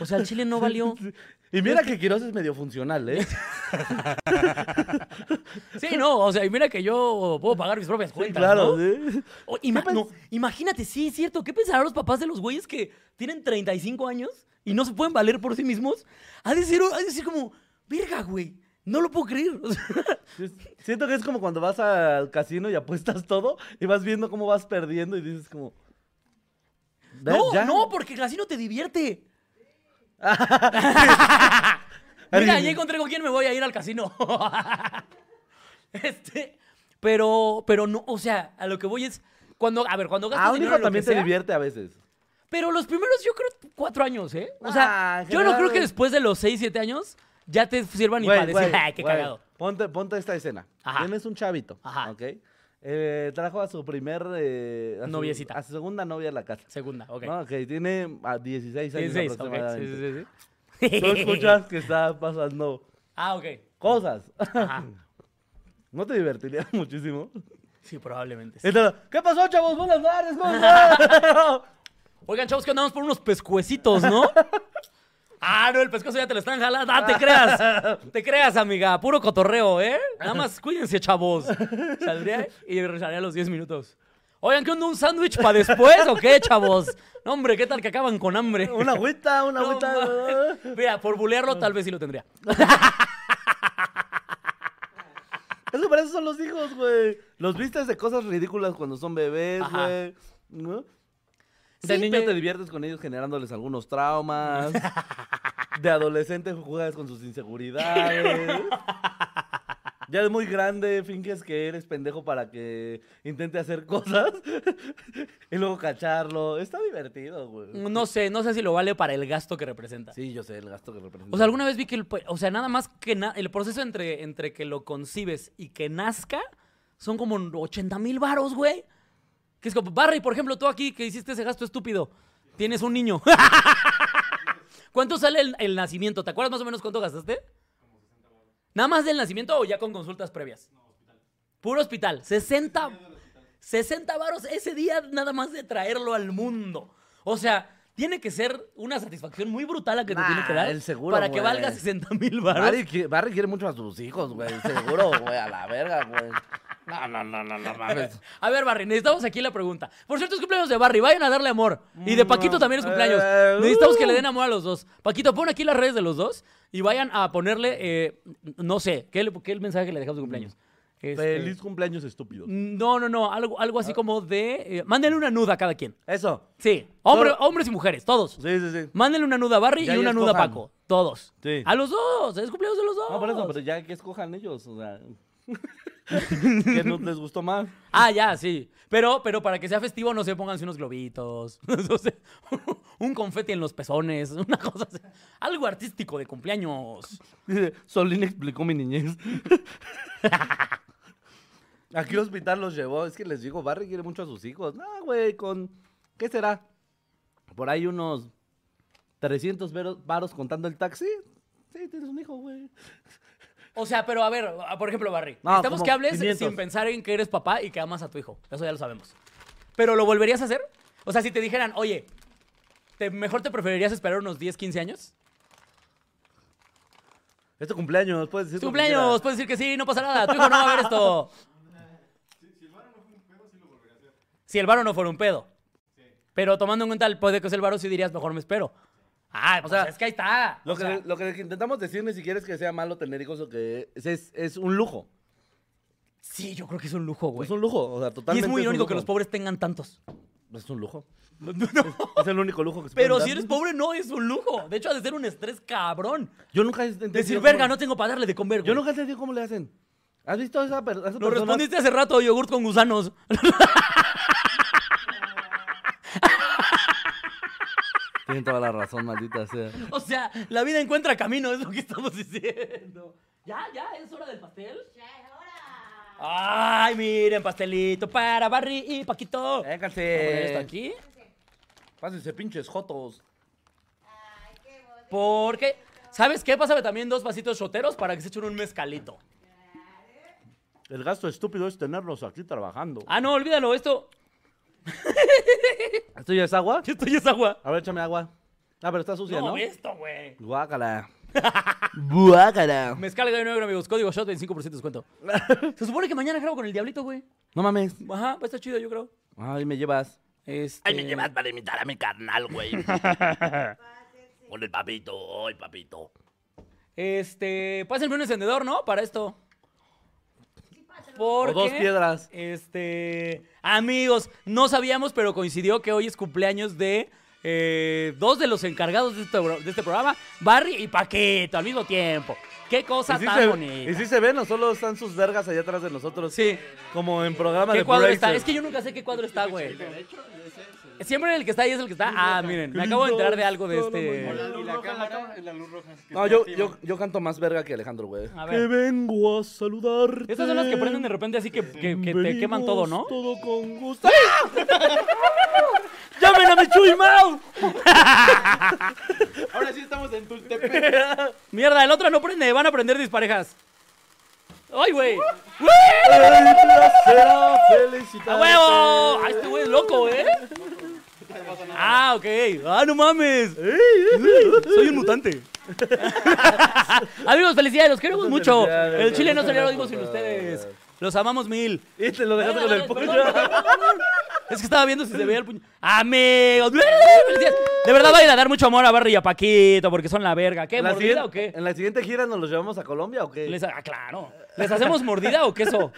[SPEAKER 2] O sea, el chile no valió.
[SPEAKER 1] y mira que Quiroz es medio funcional, ¿eh?
[SPEAKER 2] Sí, no, o sea, y mira que yo puedo pagar mis propias cuentas,
[SPEAKER 1] claro.
[SPEAKER 2] ¿no?
[SPEAKER 1] sí.
[SPEAKER 2] O- ima-
[SPEAKER 1] pens-
[SPEAKER 2] no, imagínate, sí, es cierto. ¿Qué pensarán los papás de los güeyes que tienen 35 años y no se pueden valer por sí mismos? Ha de ser, ha de decir como, verga, güey, no lo puedo creer. O sea,
[SPEAKER 1] Es- Siento que es como cuando vas al casino y apuestas todo y vas viendo cómo vas perdiendo y dices como... "Ve,
[SPEAKER 2] no,
[SPEAKER 1] ya".
[SPEAKER 2] no, porque el casino te divierte. Mira,
[SPEAKER 1] Alguien-
[SPEAKER 2] ya encontré con quién me voy a ir al casino. este, pero, pero no, o sea, a lo que voy es, Cuando, a ver, cuando gastas
[SPEAKER 1] A un
[SPEAKER 2] dinero
[SPEAKER 1] hijo
[SPEAKER 2] en lo que
[SPEAKER 1] también te
[SPEAKER 2] sea,
[SPEAKER 1] divierte a veces.
[SPEAKER 2] Pero los primeros, yo creo, cuatro años, ¿eh? O sea,
[SPEAKER 1] Ah,
[SPEAKER 2] yo no creo
[SPEAKER 1] claro.
[SPEAKER 2] que después de los seis, siete años ya te sirvan ni
[SPEAKER 1] Güey,
[SPEAKER 2] para decir,
[SPEAKER 1] güey,
[SPEAKER 2] ¡ay, qué
[SPEAKER 1] güey,
[SPEAKER 2] cagado!
[SPEAKER 1] Ponte, ponte esta escena.
[SPEAKER 2] Ajá.
[SPEAKER 1] Tienes un chavito,
[SPEAKER 2] Ajá.
[SPEAKER 1] ¿ok? Eh, trajo a su primer... eh, a su-
[SPEAKER 2] Noviecita.
[SPEAKER 1] A su segunda novia a la casa.
[SPEAKER 2] Segunda, ok.
[SPEAKER 1] No, ok, tiene a 16 años
[SPEAKER 2] 16, ok,
[SPEAKER 1] aproximadamente.
[SPEAKER 3] Sí, sí, sí.
[SPEAKER 1] Tú escuchas que está pasando
[SPEAKER 2] Ah, ok.
[SPEAKER 1] cosas.
[SPEAKER 2] Ajá.
[SPEAKER 1] ¿No te divertiría muchísimo?
[SPEAKER 2] Sí, probablemente. sí.
[SPEAKER 1] Entonces, ¿Qué pasó, chavos? Buenas noches, ¿cómo están?
[SPEAKER 2] Oigan, chavos, que andamos por unos pescuecitos, ¿no? Ah, no, el pescuezo ya te lo están jalando. Ah, te creas. Te creas, amiga. Puro cotorreo, ¿eh? Nada más cuídense, chavos. Saldría y regresaría a los 10 minutos. Oigan, ¿qué onda? ¿Un sándwich para después o qué, chavos? No, hombre, ¿qué tal que acaban con hambre?
[SPEAKER 1] Una agüita, una
[SPEAKER 2] No
[SPEAKER 1] agüita.
[SPEAKER 2] mames. Mira, por bulearlo tal vez sí lo tendría.
[SPEAKER 1] Eso para eso son los hijos, güey. Los vistes de cosas ridículas cuando son bebés,
[SPEAKER 2] Ajá.
[SPEAKER 1] güey. ¿No? De
[SPEAKER 2] Sí,
[SPEAKER 1] niño
[SPEAKER 2] pero-
[SPEAKER 1] te diviertes con ellos generándoles algunos traumas. De adolescente juegas con sus inseguridades. Ya es muy grande, finges que eres pendejo para que intente hacer cosas y luego cacharlo. Está divertido, güey.
[SPEAKER 2] No sé, no sé si lo vale para el gasto que representa.
[SPEAKER 1] Sí, yo sé el gasto que representa.
[SPEAKER 2] O sea, alguna vez vi que el, pe- o sea, nada más que na- el proceso entre, entre que lo concibes y que nazca son como 80 mil varos, güey. Que es como, Barry, por ejemplo, tú aquí que hiciste ese gasto estúpido, tienes un niño. ¿Cuánto sale el, el nacimiento? ¿Te acuerdas más o menos cuánto gastaste? ¿Nada más del nacimiento o ya con consultas previas? Puro hospital. 60, 60 varos ese día nada más de traerlo al mundo. O sea, tiene que ser una satisfacción muy brutal la que te
[SPEAKER 1] Nah,
[SPEAKER 2] tiene que dar
[SPEAKER 1] el seguro,
[SPEAKER 2] para que
[SPEAKER 1] güey.
[SPEAKER 2] valga 60 mil varos.
[SPEAKER 1] Barry, qui- Barry quiere mucho a sus hijos, güey. Seguro, güey, a la verga, güey. No, no, no, no, no mames.
[SPEAKER 2] A ver, Barry, necesitamos aquí la pregunta. Por cierto, es cumpleaños de Barry, vayan a darle amor. Y de Paquito también es cumpleaños.
[SPEAKER 1] Mm, Eh,
[SPEAKER 2] Necesitamos que
[SPEAKER 1] uh.
[SPEAKER 2] le den amor a los dos. Paquito, pon aquí las redes de los dos y vayan a ponerle, eh, no sé, ¿qué, le- qué mensaje le dejamos de cumpleaños? Este,
[SPEAKER 1] Mm. Feliz cumpleaños, estúpido.
[SPEAKER 2] No, no, no, algo, algo
[SPEAKER 1] Ah.
[SPEAKER 2] así como de... eh, mándenle una nuda a cada quien.
[SPEAKER 1] Eso.
[SPEAKER 2] Sí, hombre-
[SPEAKER 1] Todo.
[SPEAKER 2] hombres y mujeres, todos.
[SPEAKER 1] Sí, sí, sí.
[SPEAKER 2] Mándenle una nuda a Barry
[SPEAKER 1] Ya,
[SPEAKER 2] y
[SPEAKER 1] ya
[SPEAKER 2] una nuda a
[SPEAKER 1] escojan.
[SPEAKER 2] Paco. Todos.
[SPEAKER 1] Sí.
[SPEAKER 2] A los dos, es cumpleaños de los dos.
[SPEAKER 1] No, por eso, pero ya que escojan ellos, o sea. que no les gustó más.
[SPEAKER 2] Ah, ya, sí. Pero, pero para que sea festivo, no sé, pónganse unos globitos, no sé, un confeti en los pezones, una cosa así. Algo artístico de cumpleaños.
[SPEAKER 1] Dice, Solín explicó mi niñez. ¿A qué hospital los llevó? Es que les digo, Barry quiere mucho a sus hijos. No, güey, con. ¿Qué será? Por ahí unos 300 vero- varos contando el taxi. Sí, tienes un hijo, güey.
[SPEAKER 2] O sea, pero a ver, a- por ejemplo, Barry,
[SPEAKER 1] No,
[SPEAKER 2] necesitamos
[SPEAKER 1] como
[SPEAKER 2] que hables
[SPEAKER 1] 500.
[SPEAKER 2] sin pensar en que eres papá y que amas a tu hijo. Eso ya lo sabemos. ¿Pero lo volverías a hacer? O sea, si te dijeran, oye, te- mejor te preferirías esperar unos 10, 15 años.
[SPEAKER 1] Es tu cumpleaños, puedes decir.
[SPEAKER 2] Tu
[SPEAKER 1] lo que quieras.
[SPEAKER 2] cumpleaños, puedes decir que sí, no pasa nada, tu hijo no va a ver esto. Si el varo no fuera un pedo, Pero tomando en cuenta el poder que es el varo, sí dirías, mejor me espero. Ah, o sea, es que ahí está.
[SPEAKER 1] Lo
[SPEAKER 2] O
[SPEAKER 1] que,
[SPEAKER 2] sea,
[SPEAKER 1] lo que intentamos decir ni siquiera es que sea malo tener hijos o que es, es, es un lujo.
[SPEAKER 2] sí, yo creo que es un lujo, güey.
[SPEAKER 1] Es un lujo, o sea,
[SPEAKER 2] Y
[SPEAKER 1] totalmente.
[SPEAKER 2] es muy irónico
[SPEAKER 1] un
[SPEAKER 2] que los
[SPEAKER 1] lujo. Pues
[SPEAKER 2] pobres tengan tantos.
[SPEAKER 1] Es un lujo.
[SPEAKER 2] No,
[SPEAKER 1] Es el único lujo que se
[SPEAKER 2] Pero
[SPEAKER 1] pueden
[SPEAKER 2] si
[SPEAKER 1] dar.
[SPEAKER 2] eres pobre, no es un lujo. De hecho, ha de ser un estrés cabrón.
[SPEAKER 1] Yo nunca he entendido.
[SPEAKER 2] Decir,
[SPEAKER 1] cómo-
[SPEAKER 2] verga, no tengo para darle de comer,
[SPEAKER 1] Yo
[SPEAKER 2] güey.
[SPEAKER 1] nunca he entendido cómo le hacen. ¿Has visto a esa, per- a esa
[SPEAKER 2] Lo
[SPEAKER 1] persona?
[SPEAKER 2] respondiste hace rato, yogurt con gusanos.
[SPEAKER 1] Tienen toda la razón, maldita sea.
[SPEAKER 2] O sea, la vida encuentra camino, es lo que estamos diciendo. ¿Ya? ¿Ya? ¿Es hora del pastel?
[SPEAKER 5] Ya es hora.
[SPEAKER 2] Ay, miren, pastelito para Barry y Paquito. Vamos a poner esto
[SPEAKER 1] Vénganse.
[SPEAKER 2] aquí.
[SPEAKER 1] Pásense pinches jotos.
[SPEAKER 5] Ay, qué bonito.
[SPEAKER 2] Porque, ¿sabes qué? Pásame también dos vasitos choteros para que se echen un mezcalito.
[SPEAKER 1] El gasto estúpido es tenerlos aquí trabajando.
[SPEAKER 2] Ah, no, olvídalo, esto.
[SPEAKER 1] ¿Esto ya es agua?
[SPEAKER 2] Esto ya es agua.
[SPEAKER 1] A ver, échame agua. Ah, pero está sucia,
[SPEAKER 2] No,
[SPEAKER 1] ¿no?
[SPEAKER 2] esto, güey.
[SPEAKER 1] Guácala. Guácala.
[SPEAKER 2] Mezcal de nuevo, amigos. Código shot, 25% de descuento. Se supone que mañana grabo con el diablito, güey.
[SPEAKER 1] No mames.
[SPEAKER 2] Ajá, va a estar chido, yo creo.
[SPEAKER 1] Ay, me llevas.
[SPEAKER 2] Este...
[SPEAKER 4] para imitar a mi carnal, güey. Con el papito, hoy papito.
[SPEAKER 2] Este, pásenme un encendedor, ¿no? Para esto.
[SPEAKER 1] O
[SPEAKER 2] Porque,
[SPEAKER 1] dos piedras.
[SPEAKER 2] Este, amigos, no sabíamos, pero coincidió que hoy es cumpleaños de eh, dos de los encargados de este, bro- de este programa, Barry y Paquito, al mismo tiempo. Qué cosa
[SPEAKER 1] ¿Y sí,
[SPEAKER 2] tan
[SPEAKER 1] se,
[SPEAKER 2] bonita.
[SPEAKER 1] y sí se ven o solo están sus vergas allá atrás de nosotros?
[SPEAKER 2] Sí.
[SPEAKER 1] Como en programa
[SPEAKER 2] ¿Qué
[SPEAKER 1] de
[SPEAKER 2] cuadro está?
[SPEAKER 1] Bracer.
[SPEAKER 2] Es que yo nunca sé qué cuadro está, güey. Siempre el que está ahí es el que está. Ah, miren, me acabo de enterar de algo de este.
[SPEAKER 3] Y la cámara, la luz roja.
[SPEAKER 1] No, yo, yo, yo canto más verga que Alejandro, güey.
[SPEAKER 2] A
[SPEAKER 1] Que
[SPEAKER 2] ver.
[SPEAKER 1] vengo a saludarte.
[SPEAKER 2] Estas son las que prenden de repente así que, que- que te queman todo, ¿no?
[SPEAKER 1] Venimos Todo con gusto. ¡Llamen a mi Chuy Mau!
[SPEAKER 3] Ahora sí estamos en Tultepec.
[SPEAKER 2] Mierda, el otro no prende, van a prender disparejas. ¡Ay, güey!
[SPEAKER 1] El placer felicitarte.
[SPEAKER 2] ¡A huevo! ¡Ah, este güey es loco, eh! Ah, ok. ¡Ah, no mames! Soy un mutante. Amigos, felicidades, los queremos mucho.
[SPEAKER 1] felicidades,
[SPEAKER 2] El Chile no
[SPEAKER 1] muchas
[SPEAKER 2] sería lo
[SPEAKER 1] gracias,
[SPEAKER 2] mismo sin
[SPEAKER 1] papá.
[SPEAKER 2] ustedes. Los amamos mil.
[SPEAKER 1] Y te lo dejaste con el puño.
[SPEAKER 2] Es que estaba viendo si se veía el puño. ¡Amigos! felicidades. De verdad vayan a dar mucho amor a Barry y a Paquito porque son la verga. ¿Qué?
[SPEAKER 1] ¿En la siguiente-
[SPEAKER 2] ¿Mordida o qué?
[SPEAKER 1] ¿En la siguiente gira nos los llevamos a Colombia o qué?
[SPEAKER 2] Les, ah, claro. ¿Les hacemos mordida o queso?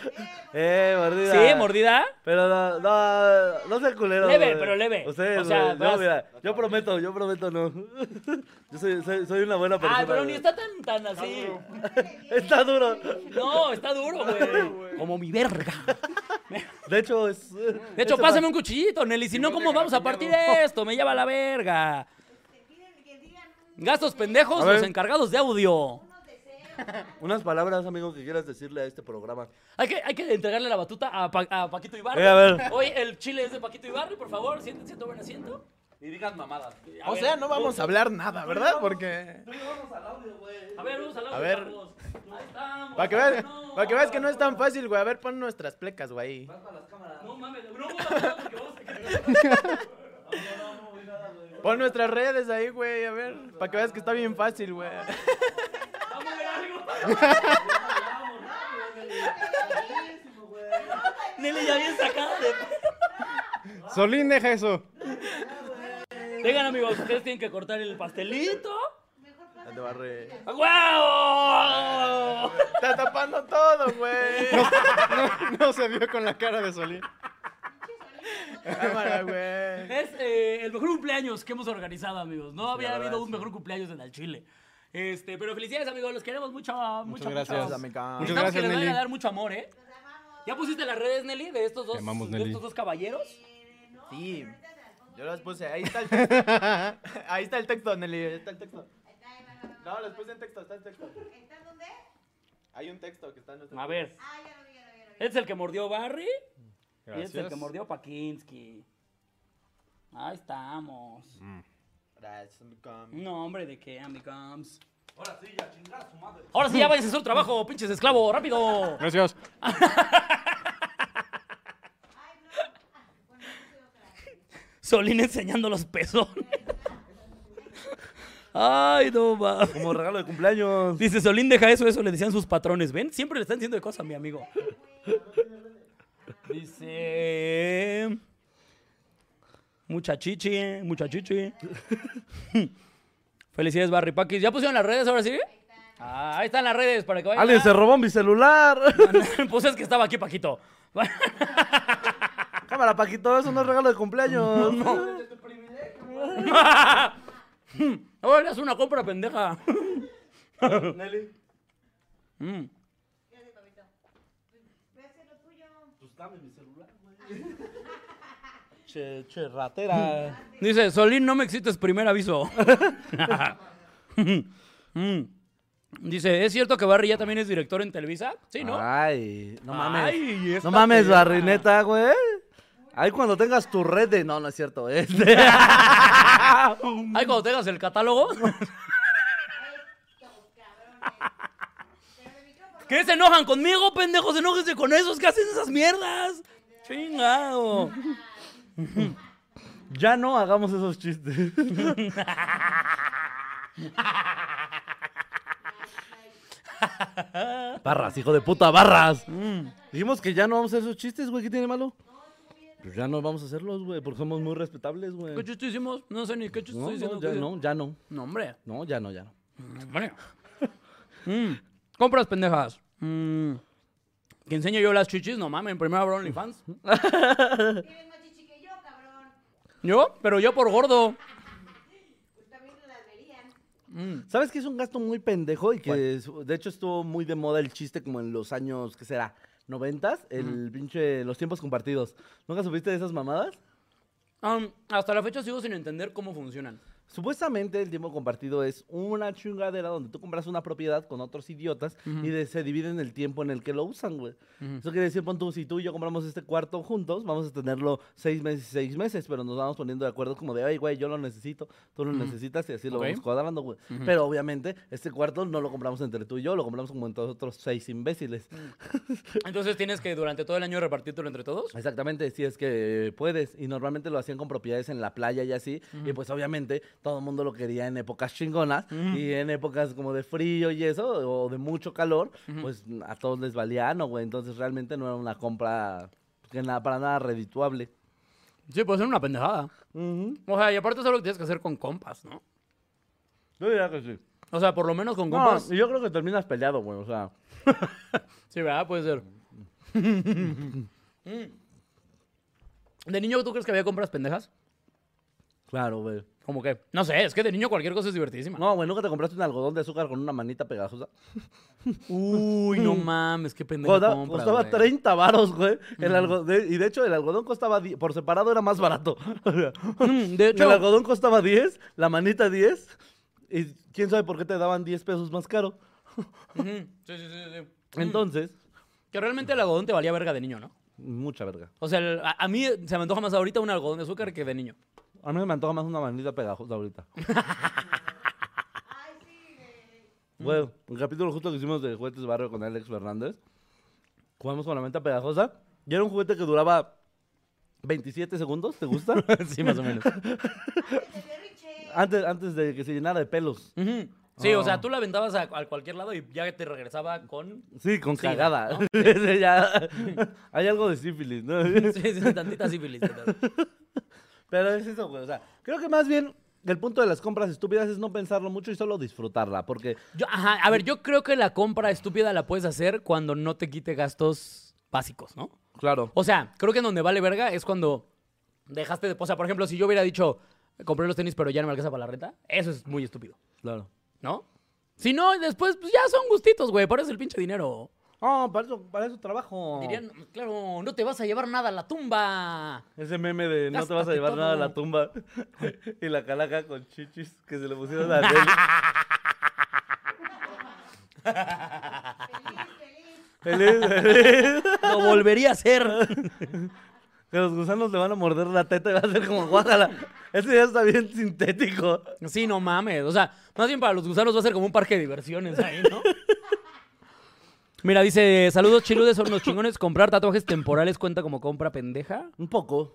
[SPEAKER 1] Eh, mordida.
[SPEAKER 2] Sí, mordida.
[SPEAKER 1] Pero no, no, no sea culero.
[SPEAKER 2] Leve,
[SPEAKER 1] güey.
[SPEAKER 2] pero leve.
[SPEAKER 1] Ustedes,
[SPEAKER 2] O sea,
[SPEAKER 1] güey,
[SPEAKER 2] vas-
[SPEAKER 1] no, mira, yo prometo, yo prometo no. Yo soy, soy, soy una buena persona.
[SPEAKER 2] Ay, Ah, pero ni
[SPEAKER 1] güey.
[SPEAKER 2] está tan, tan
[SPEAKER 1] Ah,
[SPEAKER 2] así.
[SPEAKER 1] Está duro.
[SPEAKER 2] No, está duro, güey. Como mi verga.
[SPEAKER 1] De hecho, es...
[SPEAKER 2] De hecho, pásame un cuchillito, Nelly. Si no, ¿cómo vamos a partir esto? Me lleva la verga. Gastos pendejos,
[SPEAKER 1] A ver.
[SPEAKER 2] los encargados de audio.
[SPEAKER 1] Unas palabras, amigo, que quieras decirle a este programa.
[SPEAKER 2] Hay que, hay que entregarle la batuta a, Pa- a Paquito Ibarri.
[SPEAKER 1] Eh, a ver.
[SPEAKER 2] Oye, el chile es de Paquito Ibarri, por favor. Siéntense, tomen asiento.
[SPEAKER 1] Y digan mamadas.
[SPEAKER 2] A
[SPEAKER 3] O
[SPEAKER 2] ver,
[SPEAKER 3] sea, no vamos a hablar nada, ¿verdad? Porque.
[SPEAKER 2] A ver, vamos al audio,
[SPEAKER 3] A ver.
[SPEAKER 2] Carlos. Ahí estamos.
[SPEAKER 3] Para que veas,
[SPEAKER 2] No.
[SPEAKER 3] para que veas que no es tan fácil, güey. A ver, pon nuestras plecas, güey.
[SPEAKER 2] No mames, no vamos a hablar porque vamos a quedar-
[SPEAKER 3] Pon nuestras redes ahí, güey. A ver, para que veas que está bien fácil, güey.
[SPEAKER 2] Vamos a ver algo. Nelly ya bien sacada de...
[SPEAKER 3] Solín, deja eso.
[SPEAKER 2] Vengan amigos, ustedes tienen que cortar el pastelito.
[SPEAKER 3] Ya te barré.
[SPEAKER 2] ¡A ¡Huevo!
[SPEAKER 3] Está tapando todo, güey. No, se vio con la cara de Solín. Cámara, güey.
[SPEAKER 2] Es eh, el mejor cumpleaños que hemos organizado, amigos. No había
[SPEAKER 3] la verdad,
[SPEAKER 2] habido un
[SPEAKER 3] sí.
[SPEAKER 2] mejor cumpleaños en el Chile. Este, pero felicidades, amigos. Los queremos mucho. Muchas
[SPEAKER 3] gracias, amiga.
[SPEAKER 2] Muchas gracias,
[SPEAKER 3] Muchas
[SPEAKER 2] que
[SPEAKER 6] gracias,
[SPEAKER 2] les vayan a
[SPEAKER 6] Nelly.
[SPEAKER 2] dar mucho amor, ¿eh? ¿Ya pusiste las redes, Nelly, de estos dos,
[SPEAKER 6] Te amamos,
[SPEAKER 2] de
[SPEAKER 6] Nelly.
[SPEAKER 2] estos dos caballeros?
[SPEAKER 3] Sí. Yo las puse. Ahí está el texto. Ahí está el texto, Nelly. Ahí está el texto. No, las puse en texto. Está el texto.
[SPEAKER 5] ¿Está dónde?
[SPEAKER 3] Hay un texto que está en nuestro.
[SPEAKER 2] A ver,
[SPEAKER 5] Ah, ya lo vi, ya lo vi, ya lo vi.
[SPEAKER 2] este es el que mordió Barry y este es el que
[SPEAKER 6] Gracias.
[SPEAKER 2] mordió Pakinsky. Ahí estamos.
[SPEAKER 3] Gracias, amiga.
[SPEAKER 2] No, hombre, ¿de qué, amigos? Ahora sí, ya vayas a hacer su trabajo, pinches esclavo, rápido.
[SPEAKER 6] Gracias.
[SPEAKER 2] Solín enseñando los pezones. Ay, no va.
[SPEAKER 1] Como regalo de cumpleaños.
[SPEAKER 2] Dice Solín, deja eso, eso le decían sus patrones. ¿Ven? Siempre le están diciendo de cosas, mi amigo. Dice. Muchachichi, muchachichi. Felicidades, Barry Paquis. ¿Ya pusieron las redes ahora sí? Ah, ahí están las redes para que vayan.
[SPEAKER 1] Alguien se robó mi celular.
[SPEAKER 2] Pues es que estaba aquí, Paquito.
[SPEAKER 1] Cámara, Paquito, eso no es regalo de cumpleaños.
[SPEAKER 2] Ahora es una compra pendeja.
[SPEAKER 1] Nelly.
[SPEAKER 2] Mm.
[SPEAKER 5] Gracias, papito. Ve a hacer lo tuyo.
[SPEAKER 1] Pues dame mi celular, güey. Che, che, ratera.
[SPEAKER 2] Dice, Solín, no me excites, primer aviso. Mm. Dice, ¿es cierto que Barry ya también es director en Televisa? Sí, ¿no?
[SPEAKER 1] Ay, no Ah, mames.
[SPEAKER 2] Ay, esta
[SPEAKER 1] no mames,
[SPEAKER 2] perra.
[SPEAKER 1] barrineta, güey. Ahí cuando tengas tu red de... No, no es cierto. Este.
[SPEAKER 2] Ay, cuando tengas el catálogo. ¿Qué se enojan conmigo, pendejos? Enójense con esos que hacen esas mierdas. Chingado.
[SPEAKER 1] Ya no hagamos esos chistes. barras, hijo de puta, barras. Mm. Dijimos que ya no vamos a hacer esos chistes, güey. ¿Qué tiene de malo? Pues ya no vamos a hacerlos, güey, porque somos muy respetables, güey.
[SPEAKER 2] ¿Qué chiste hicimos? No sé ni qué chiste
[SPEAKER 1] No,
[SPEAKER 2] estoy diciendo.
[SPEAKER 1] no, ya
[SPEAKER 2] que-
[SPEAKER 1] no, ya no.
[SPEAKER 2] No, hombre.
[SPEAKER 1] No, ya no, ya no.
[SPEAKER 2] Hombre. Mm, Compras pendejas. Mm, Que enseño yo las chichis, no mames. Primero abro OnlyFans.
[SPEAKER 5] Tienes más chichi que yo, cabrón.
[SPEAKER 2] Yo, pero yo por gordo.
[SPEAKER 5] Pues también no las verían.
[SPEAKER 2] Mm.
[SPEAKER 1] ¿Sabes que es un gasto muy pendejo y que es- de hecho estuvo muy de moda el chiste como en los años, ¿qué será? ¿Noventas? El pinche, los tiempos compartidos. ¿Nunca supiste de esas mamadas?
[SPEAKER 2] Um, hasta la fecha sigo sin entender cómo funcionan.
[SPEAKER 1] Supuestamente el tiempo compartido es una chingadera donde tú compras una propiedad con otros idiotas y de- se dividen el tiempo en el que lo usan, güey. Eso quiere decir, pon tú, si tú y yo compramos este cuarto juntos, vamos a tenerlo seis meses y seis meses, pero nos vamos poniendo de acuerdo como de, ay, güey, yo lo necesito, tú lo necesitas y así lo
[SPEAKER 2] Ok.
[SPEAKER 1] vamos cuadrando, güey. Pero obviamente este cuarto no lo compramos entre tú y yo, lo compramos como entre otros seis imbéciles.
[SPEAKER 2] Entonces tienes que durante todo el año repartírtelo entre todos.
[SPEAKER 1] Exactamente, si es que puedes. Y normalmente lo hacían con propiedades en la playa y así. Y pues obviamente todo el mundo lo quería en épocas chingonas. Y en épocas como de frío y eso, o de mucho calor, pues a todos les valía no, güey. Entonces realmente no era una compra que nada, para nada redituable.
[SPEAKER 2] Sí, puede ser una pendejada. O sea, y aparte eso es lo que tienes que hacer con compas, ¿no?
[SPEAKER 1] Yo diría que sí.
[SPEAKER 2] O sea, por lo menos con
[SPEAKER 1] No,
[SPEAKER 2] compas.
[SPEAKER 1] y yo creo que terminas peleado, güey. O sea,
[SPEAKER 2] Sí, ¿verdad? Puede ser. Mm. ¿De niño tú crees que había compras pendejas?
[SPEAKER 1] claro, güey.
[SPEAKER 2] Como que, no sé, es que de niño cualquier cosa es divertidísima.
[SPEAKER 1] No, güey, nunca te compraste un algodón de azúcar con una manita pegajosa.
[SPEAKER 2] Uy, no mames, qué pendejo.
[SPEAKER 1] Coda-
[SPEAKER 2] compra,
[SPEAKER 1] costaba
[SPEAKER 2] güey.
[SPEAKER 1] 30 varos, güey. El algo- de- y de hecho, el algodón costaba 10. Por separado era más barato. O sea,
[SPEAKER 2] Mm, de hecho-
[SPEAKER 1] el algodón costaba 10, la manita 10. Y quién sabe por qué te daban 10 pesos más caro.
[SPEAKER 2] Ujú, Sí, sí, sí, sí.
[SPEAKER 1] Mm. Entonces,
[SPEAKER 2] Que realmente el algodón te valía verga de niño, ¿no?
[SPEAKER 1] mucha verga.
[SPEAKER 2] O sea, el- a, a mí se me antoja más ahorita un algodón de azúcar que de niño.
[SPEAKER 1] A mí me antoja más una manita pegajosa ahorita.
[SPEAKER 5] Ay, sí, de-
[SPEAKER 1] Güey, el capítulo justo que hicimos de juguetes barrio con Alex Fernández. Jugamos con la manita pegajosa. Y era un juguete que duraba 27 segundos, ¿te gusta?
[SPEAKER 2] sí, más o menos.
[SPEAKER 5] antes de berrinche.
[SPEAKER 1] antes, antes de que se llenara de pelos.
[SPEAKER 2] Ujú. Sí, o sea, tú la aventabas a, a cualquier lado y ya te regresaba con...
[SPEAKER 1] Sí, con
[SPEAKER 2] Sida,
[SPEAKER 1] cagada. Sí, ya. Hay algo de sífilis, ¿no?
[SPEAKER 2] Sí, sí, tantita sífilis. total.
[SPEAKER 1] Pero es eso, güey. O sea, creo que más bien el punto de las compras estúpidas es no pensarlo mucho y solo disfrutarla. Porque
[SPEAKER 2] Yo, ajá, a ver, yo creo que la compra estúpida la puedes hacer cuando no te quite gastos básicos, ¿no?
[SPEAKER 1] Claro.
[SPEAKER 2] O sea, creo que en donde vale verga es cuando dejaste de... O sea, por ejemplo, si yo hubiera dicho, compré los tenis pero ya no me alcanza para la renta, eso es muy estúpido,
[SPEAKER 1] Claro.
[SPEAKER 2] ¿no? Si no, después pues ya son gustitos, güey, por eso el pinche dinero.
[SPEAKER 1] Oh, para eso, para eso trabajo.
[SPEAKER 2] Dirían, claro, no te vas a llevar nada a la tumba.
[SPEAKER 1] Ese meme de no te vas a
[SPEAKER 2] Gástate
[SPEAKER 1] llevar nada a la
[SPEAKER 2] todo.
[SPEAKER 1] tumba. y la calaca con chichis que se le pusieron a la
[SPEAKER 5] Feliz, feliz.
[SPEAKER 1] feliz, feliz.
[SPEAKER 2] Lo volvería a hacer.
[SPEAKER 1] Que los gusanos le van a morder la teta y va a ser como guájala. Ese ya está bien sintético.
[SPEAKER 2] Sí, no mames. O sea, más bien para los gusanos va a ser como un parque de diversiones ahí, ¿no? Mira, dice, saludos chiludes, son los chingones. Comprar tatuajes temporales cuenta como compra pendeja.
[SPEAKER 1] Un poco.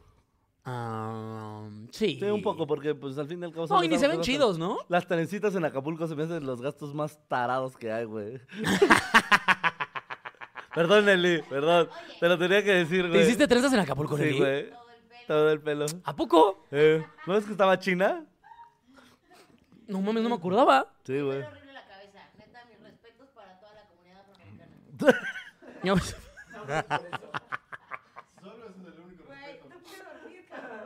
[SPEAKER 2] Ah, sí.
[SPEAKER 1] Sí, un poco, porque pues al fin del cabo...
[SPEAKER 2] No,
[SPEAKER 1] son
[SPEAKER 2] y
[SPEAKER 1] los
[SPEAKER 2] ni se ven
[SPEAKER 1] gastos-
[SPEAKER 2] chidos, ¿no?
[SPEAKER 1] Las trencitas en Acapulco se me hacen los gastos más tarados que hay, güey. perdón, Nelly, perdón. Te lo tenía que decir, güey.
[SPEAKER 2] ¿Te hiciste trenzas en Acapulco,
[SPEAKER 1] Sí,
[SPEAKER 2] Nelly?
[SPEAKER 1] güey.
[SPEAKER 5] Todo el pelo.
[SPEAKER 1] Todo el pelo.
[SPEAKER 2] ¿A poco?
[SPEAKER 1] Eh, ¿No es que estaba china?
[SPEAKER 2] No mames, no me acordaba.
[SPEAKER 1] Sí, güey.
[SPEAKER 5] Fue horrible la cabeza. Neta, mis respetos para toda la comunidad afroamericana.
[SPEAKER 2] Ya-
[SPEAKER 5] Güey, no puedo dormir, cabrón.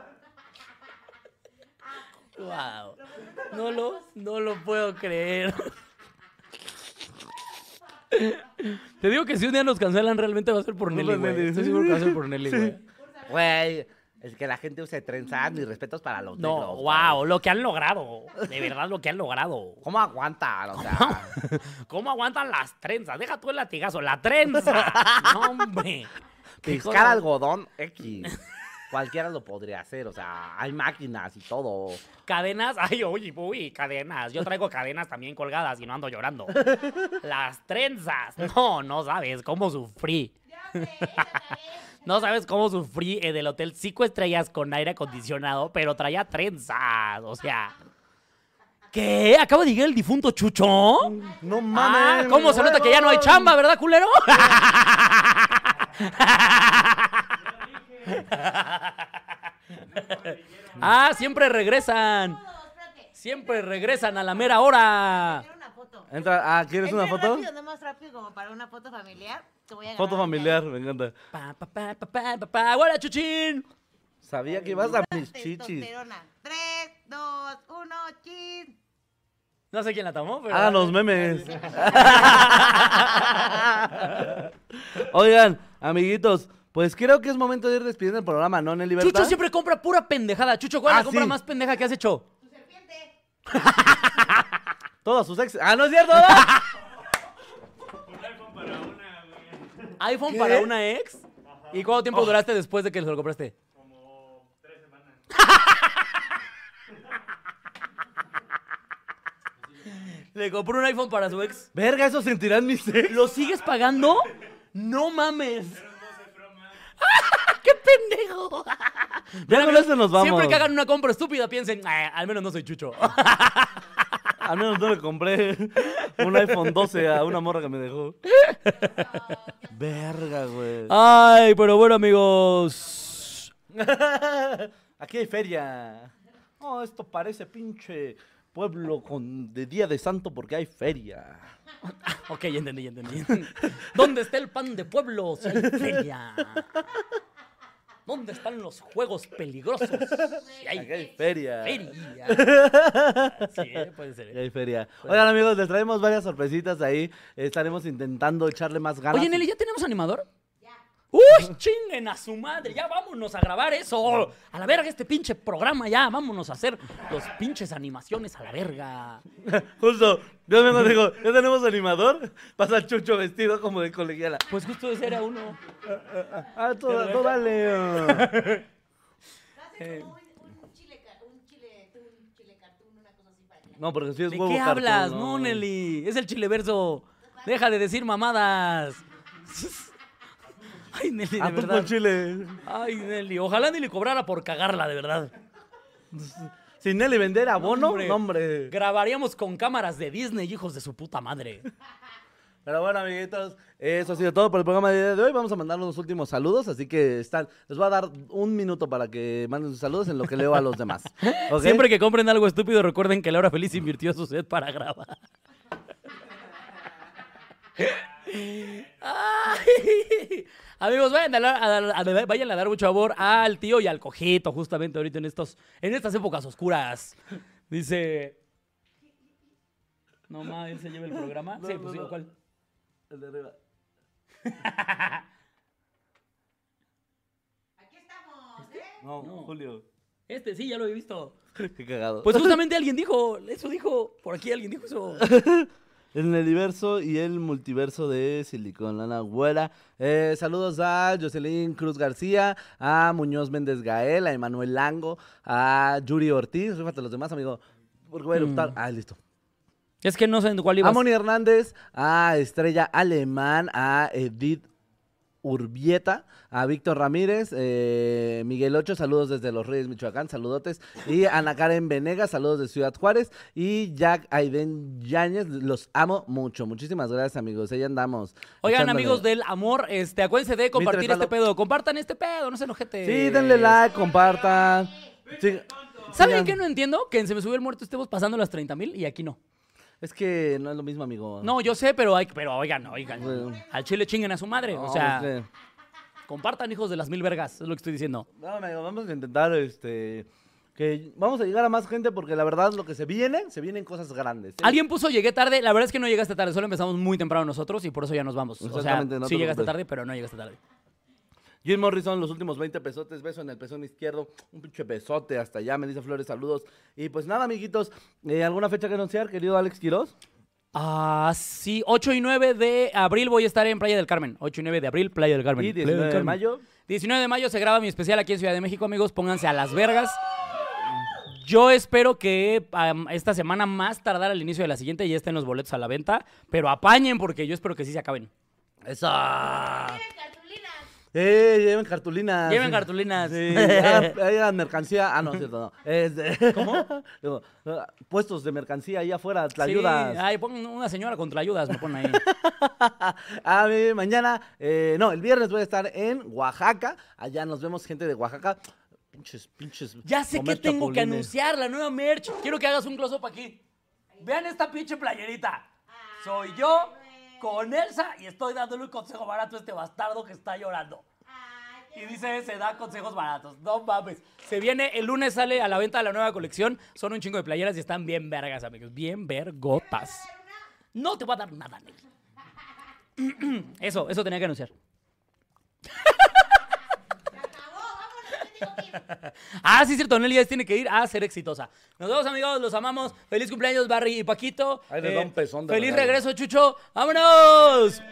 [SPEAKER 2] Guau. No lo, no lo puedo creer. Te digo que si un día nos cancelan, realmente va a ser por Nelly, güey.
[SPEAKER 1] pues, Nelly.
[SPEAKER 2] Estoy seguro que va a ser por Nelly, güey.
[SPEAKER 1] Güey, es que la gente usa trenzas, mis respetos para los
[SPEAKER 2] No, wow, lo que han logrado. De verdad, lo que han logrado.
[SPEAKER 1] ¿Cómo aguantan? O sea,
[SPEAKER 2] ¿Cómo aguantan las trenzas? Deja tú el latigazo, la trenza. No, hombre. Qué
[SPEAKER 1] piscar
[SPEAKER 2] cosa-
[SPEAKER 1] algodón X. Cualquiera lo podría hacer, o sea, hay máquinas y todo.
[SPEAKER 2] Cadenas, ay, oye, uy, cadenas. Yo traigo cadenas también colgadas y no ando llorando. Las trenzas. No, no sabes cómo sufrí.
[SPEAKER 5] Ya sé, esa vez.
[SPEAKER 2] No sabes cómo sufrí en el hotel cinco estrellas con aire acondicionado, pero traía trenzas. O sea. ¿Qué? ¿Acaba de llegar el difunto Chucho?
[SPEAKER 1] No
[SPEAKER 2] Ah, ¿cómo se nota que ya no hay chamba, verdad, culero? ah, siempre regresan.
[SPEAKER 5] Todos, espérate.
[SPEAKER 2] Siempre regresan a la mera hora.
[SPEAKER 5] Quiero una foto.
[SPEAKER 1] Entra, ah, ¿quieres
[SPEAKER 5] Entra
[SPEAKER 1] una foto?
[SPEAKER 5] rápido, nada más rápido como para una foto familiar. Te voy a agarrar
[SPEAKER 1] Foto
[SPEAKER 5] acá.
[SPEAKER 1] familiar, me encanta.
[SPEAKER 2] Pa, pa, pa, pa, pa, pa, pa. ¡Hola, Chuchín!
[SPEAKER 1] Sabía que ibas a mis chichis.
[SPEAKER 5] Testosterona. Tres, dos, uno, chis.
[SPEAKER 2] No sé quién la tomó, pero.
[SPEAKER 1] Hagan Ah, los memes. Oigan, amiguitos, pues creo que es momento de ir despidiendo el programa, ¿no, Nelly Berta?
[SPEAKER 2] Chucho siempre compra pura pendejada. Chucho, ¿cuál es
[SPEAKER 1] Ah,
[SPEAKER 2] la compra
[SPEAKER 1] sí.
[SPEAKER 2] más pendeja que has hecho?
[SPEAKER 5] Tu serpiente.
[SPEAKER 1] Todos sus ex. ¡Ah, no es cierto! ¿verdad?
[SPEAKER 2] ¿iPhone
[SPEAKER 1] ¿Qué?
[SPEAKER 2] para una ex? ¿Y cuánto tiempo duraste después de que se lo compraste? Le compró un iPhone para su ex.
[SPEAKER 1] Verga, eso sentirán mis ex.
[SPEAKER 2] ¿Lo sigues pagando? No mames. ¡Qué pendejo!
[SPEAKER 1] Ya con eso nos vamos.
[SPEAKER 2] Siempre que hagan una compra estúpida piensen, "Ah, al menos no soy chucho.
[SPEAKER 1] Al menos no le compré un iPhone 12 a una morra que me dejó. Verga, güey.
[SPEAKER 2] Ay, pero bueno, amigos.
[SPEAKER 1] Aquí hay feria. Oh, esto parece pinche pueblo con de día de santo porque hay feria.
[SPEAKER 2] Ok, ya entendí, ya entendí. ¿Dónde está el pan de pueblo? Si hay feria. ¿Dónde están los juegos peligrosos? Si
[SPEAKER 1] Aquí hay
[SPEAKER 2] hay
[SPEAKER 1] feria.
[SPEAKER 2] feria. Sí, eh, puede ser.
[SPEAKER 1] Aquí
[SPEAKER 2] eh.
[SPEAKER 1] hay feria. Oigan, amigos, les traemos varias sorpresitas ahí. Estaremos intentando echarle más ganas.
[SPEAKER 2] Oye, Nelly, ¿ya tenemos animador? ¡Uy, chinguen a su madre! ¡Ya vámonos a grabar eso! ¡A la verga este pinche programa ya! ¡Vámonos a hacer los pinches animaciones a la verga!
[SPEAKER 1] Justo, yo mismo digo, ya tenemos animador. Pasa Chucho vestido como de colegiala.
[SPEAKER 2] Pues justo ese era uno.
[SPEAKER 1] Ah, tú, tú dale. ah. Eh.
[SPEAKER 5] Haces como un, un chile, ca- un chile, un chile cartoon, una cosa así para que la
[SPEAKER 1] No, porque si es
[SPEAKER 2] ¿De
[SPEAKER 1] huevo
[SPEAKER 2] qué
[SPEAKER 1] cartón,
[SPEAKER 2] hablas? No, Nelly. Es el chileverso. Deja de decir mamadas. Ay, Nelly, de
[SPEAKER 1] Ah, tú con
[SPEAKER 2] verdad.
[SPEAKER 1] chile.
[SPEAKER 2] Ay, Nelly. Ojalá Nelly cobrara por cagarla, de verdad.
[SPEAKER 1] Sin Nelly vender abono,
[SPEAKER 2] hombre.
[SPEAKER 1] no, hombre.
[SPEAKER 2] Grabaríamos con cámaras de Disney, hijos de su puta madre.
[SPEAKER 1] Pero bueno, amiguitos, eso ha sido todo por el programa de día de hoy. Vamos a mandar los últimos saludos, así que están, les voy a dar un minuto para que manden sus saludos en lo que leo a los demás. ¿ok?
[SPEAKER 2] Siempre que compren algo estúpido, recuerden que Laura Feliz invirtió su set para grabar. Ay. Amigos, vayan a, dar- a dar- a- vayan a dar mucho amor al tío y al cojito, justamente ahorita en, estos, en estas épocas oscuras. Dice. No mames, él se lleva el programa. sí, pues sí,
[SPEAKER 1] no, no.
[SPEAKER 2] ¿cuál?
[SPEAKER 1] El de arriba.
[SPEAKER 5] Aquí estamos, ¿eh?
[SPEAKER 1] No,
[SPEAKER 2] No.
[SPEAKER 1] Julio.
[SPEAKER 2] Este sí, ya lo he visto.
[SPEAKER 1] Qué cagado.
[SPEAKER 2] Pues justamente alguien dijo, eso dijo, por aquí alguien dijo eso.
[SPEAKER 1] En el universo y el multiverso de Silicon, la abuela. Eh, saludos a Jocelyn Cruz García, a Muñoz Méndez Gael, a Emanuel Lango, a Yuri Ortiz. Rífate los demás, amigo. Porque voy a eruptar. Ah, listo.
[SPEAKER 2] Es que no sé en cuál iba.
[SPEAKER 1] A Moni Hernández, a Estrella Alemán, a Edith Urbieta, a Víctor Ramírez, eh, Miguel Ocho, saludos desde Los Reyes, Michoacán, saludotes. Y Ana Karen Venegas, saludos de Ciudad Juárez. Y Jack Aiden Yáñez, los amo mucho. Muchísimas gracias, amigos. Ahí andamos.
[SPEAKER 2] Oigan,
[SPEAKER 1] echándole.
[SPEAKER 2] amigos del amor, este, acuérdense de compartir
[SPEAKER 1] palo.
[SPEAKER 2] este pedo. Compartan este pedo, no se enojete.
[SPEAKER 1] Sí, denle like, compartan. Sí.
[SPEAKER 2] ¿Saben
[SPEAKER 1] Sigan.
[SPEAKER 2] qué no entiendo? Que en Se Me Subió el Muerto estemos pasando las 30 mil y aquí no.
[SPEAKER 1] Es que no es lo mismo, amigo.
[SPEAKER 2] No, yo sé, pero hay, pero oigan, oigan.
[SPEAKER 1] Bueno.
[SPEAKER 2] Al chile chinguen a su madre.
[SPEAKER 1] No,
[SPEAKER 2] o sea,
[SPEAKER 1] es que-
[SPEAKER 2] compartan hijos de las mil vergas, es lo que estoy diciendo.
[SPEAKER 1] No, amigo, vamos a intentar, este, que vamos a llegar a más gente porque la verdad lo que se viene, se vienen cosas grandes. ¿eh?
[SPEAKER 2] Alguien puso llegué tarde, la verdad es que no llegaste tarde, solo empezamos muy temprano nosotros y por eso ya nos vamos. O sea,
[SPEAKER 1] Exactamente, no
[SPEAKER 2] sí
[SPEAKER 1] te
[SPEAKER 2] llegaste
[SPEAKER 1] preocupes.
[SPEAKER 2] tarde, pero no llegaste tarde.
[SPEAKER 1] Jim Morrison, los últimos 20 pesotes, beso en el pezón izquierdo, un pinche besote hasta allá, me dice Flores, saludos. Y pues nada, amiguitos, eh, ¿alguna fecha que anunciar, querido Alex Quiroz?
[SPEAKER 2] Ah, sí, 8 y 9 de abril voy a estar en Playa del Carmen. 8 y 9 de abril, Playa del Carmen.
[SPEAKER 1] Y
[SPEAKER 2] Playa
[SPEAKER 1] 19
[SPEAKER 2] del
[SPEAKER 1] de
[SPEAKER 2] Carmen.
[SPEAKER 1] mayo.
[SPEAKER 2] 19 de mayo se graba mi especial aquí en Ciudad de México, amigos. Pónganse a las vergas. Yo espero que am, esta semana más tardar al inicio de la siguiente ya estén los boletos a la venta. Pero apañen porque yo espero que sí se acaben.
[SPEAKER 1] ¡Eso!
[SPEAKER 5] Miren, cartulinas.
[SPEAKER 1] ¡Eh, lleven cartulinas!
[SPEAKER 2] Lleven cartulinas.
[SPEAKER 1] Sí, hagan- hagan mercancía. Ah, no, es cierto, no. Es de- Digo, ah, puestos de mercancía ahí afuera, te
[SPEAKER 2] Sí, ah,
[SPEAKER 1] ayudas.
[SPEAKER 2] Ay, pongan una señora con ayudas, me ponen ahí.
[SPEAKER 1] A ver, mañana, eh, no, el viernes voy a estar en Oaxaca. Allá nos vemos, gente de Oaxaca. Pinches, pinches.
[SPEAKER 2] Ya sé que
[SPEAKER 1] comer
[SPEAKER 2] tengo que
[SPEAKER 1] chapulines.
[SPEAKER 2] anunciar la nueva merch. Quiero que hagas un close-up aquí. Vean esta pinche playerita. Soy yo con Elsa y estoy dándole un consejo barato a este bastardo que está llorando.
[SPEAKER 5] Ay,
[SPEAKER 2] Y dice, se da consejos baratos. No mames. Se viene, el lunes sale a la venta la nueva colección. Son un chingo de playeras y están bien vergas, amigos. Bien vergotas. No te voy a dar nada, Nelly. Eso, eso tenía que anunciar.
[SPEAKER 5] Se acabó, vámonos, yo tengo que ir.
[SPEAKER 2] Ah, sí, es cierto, Nelly ya tiene que ir a ser exitosa. Nos vemos, amigos, los amamos. Feliz cumpleaños, Barry y Paquito. Eh,
[SPEAKER 1] Ahí les da un pezón de
[SPEAKER 2] Feliz
[SPEAKER 1] regalo.
[SPEAKER 2] regreso, Chucho. ¡Vámonos!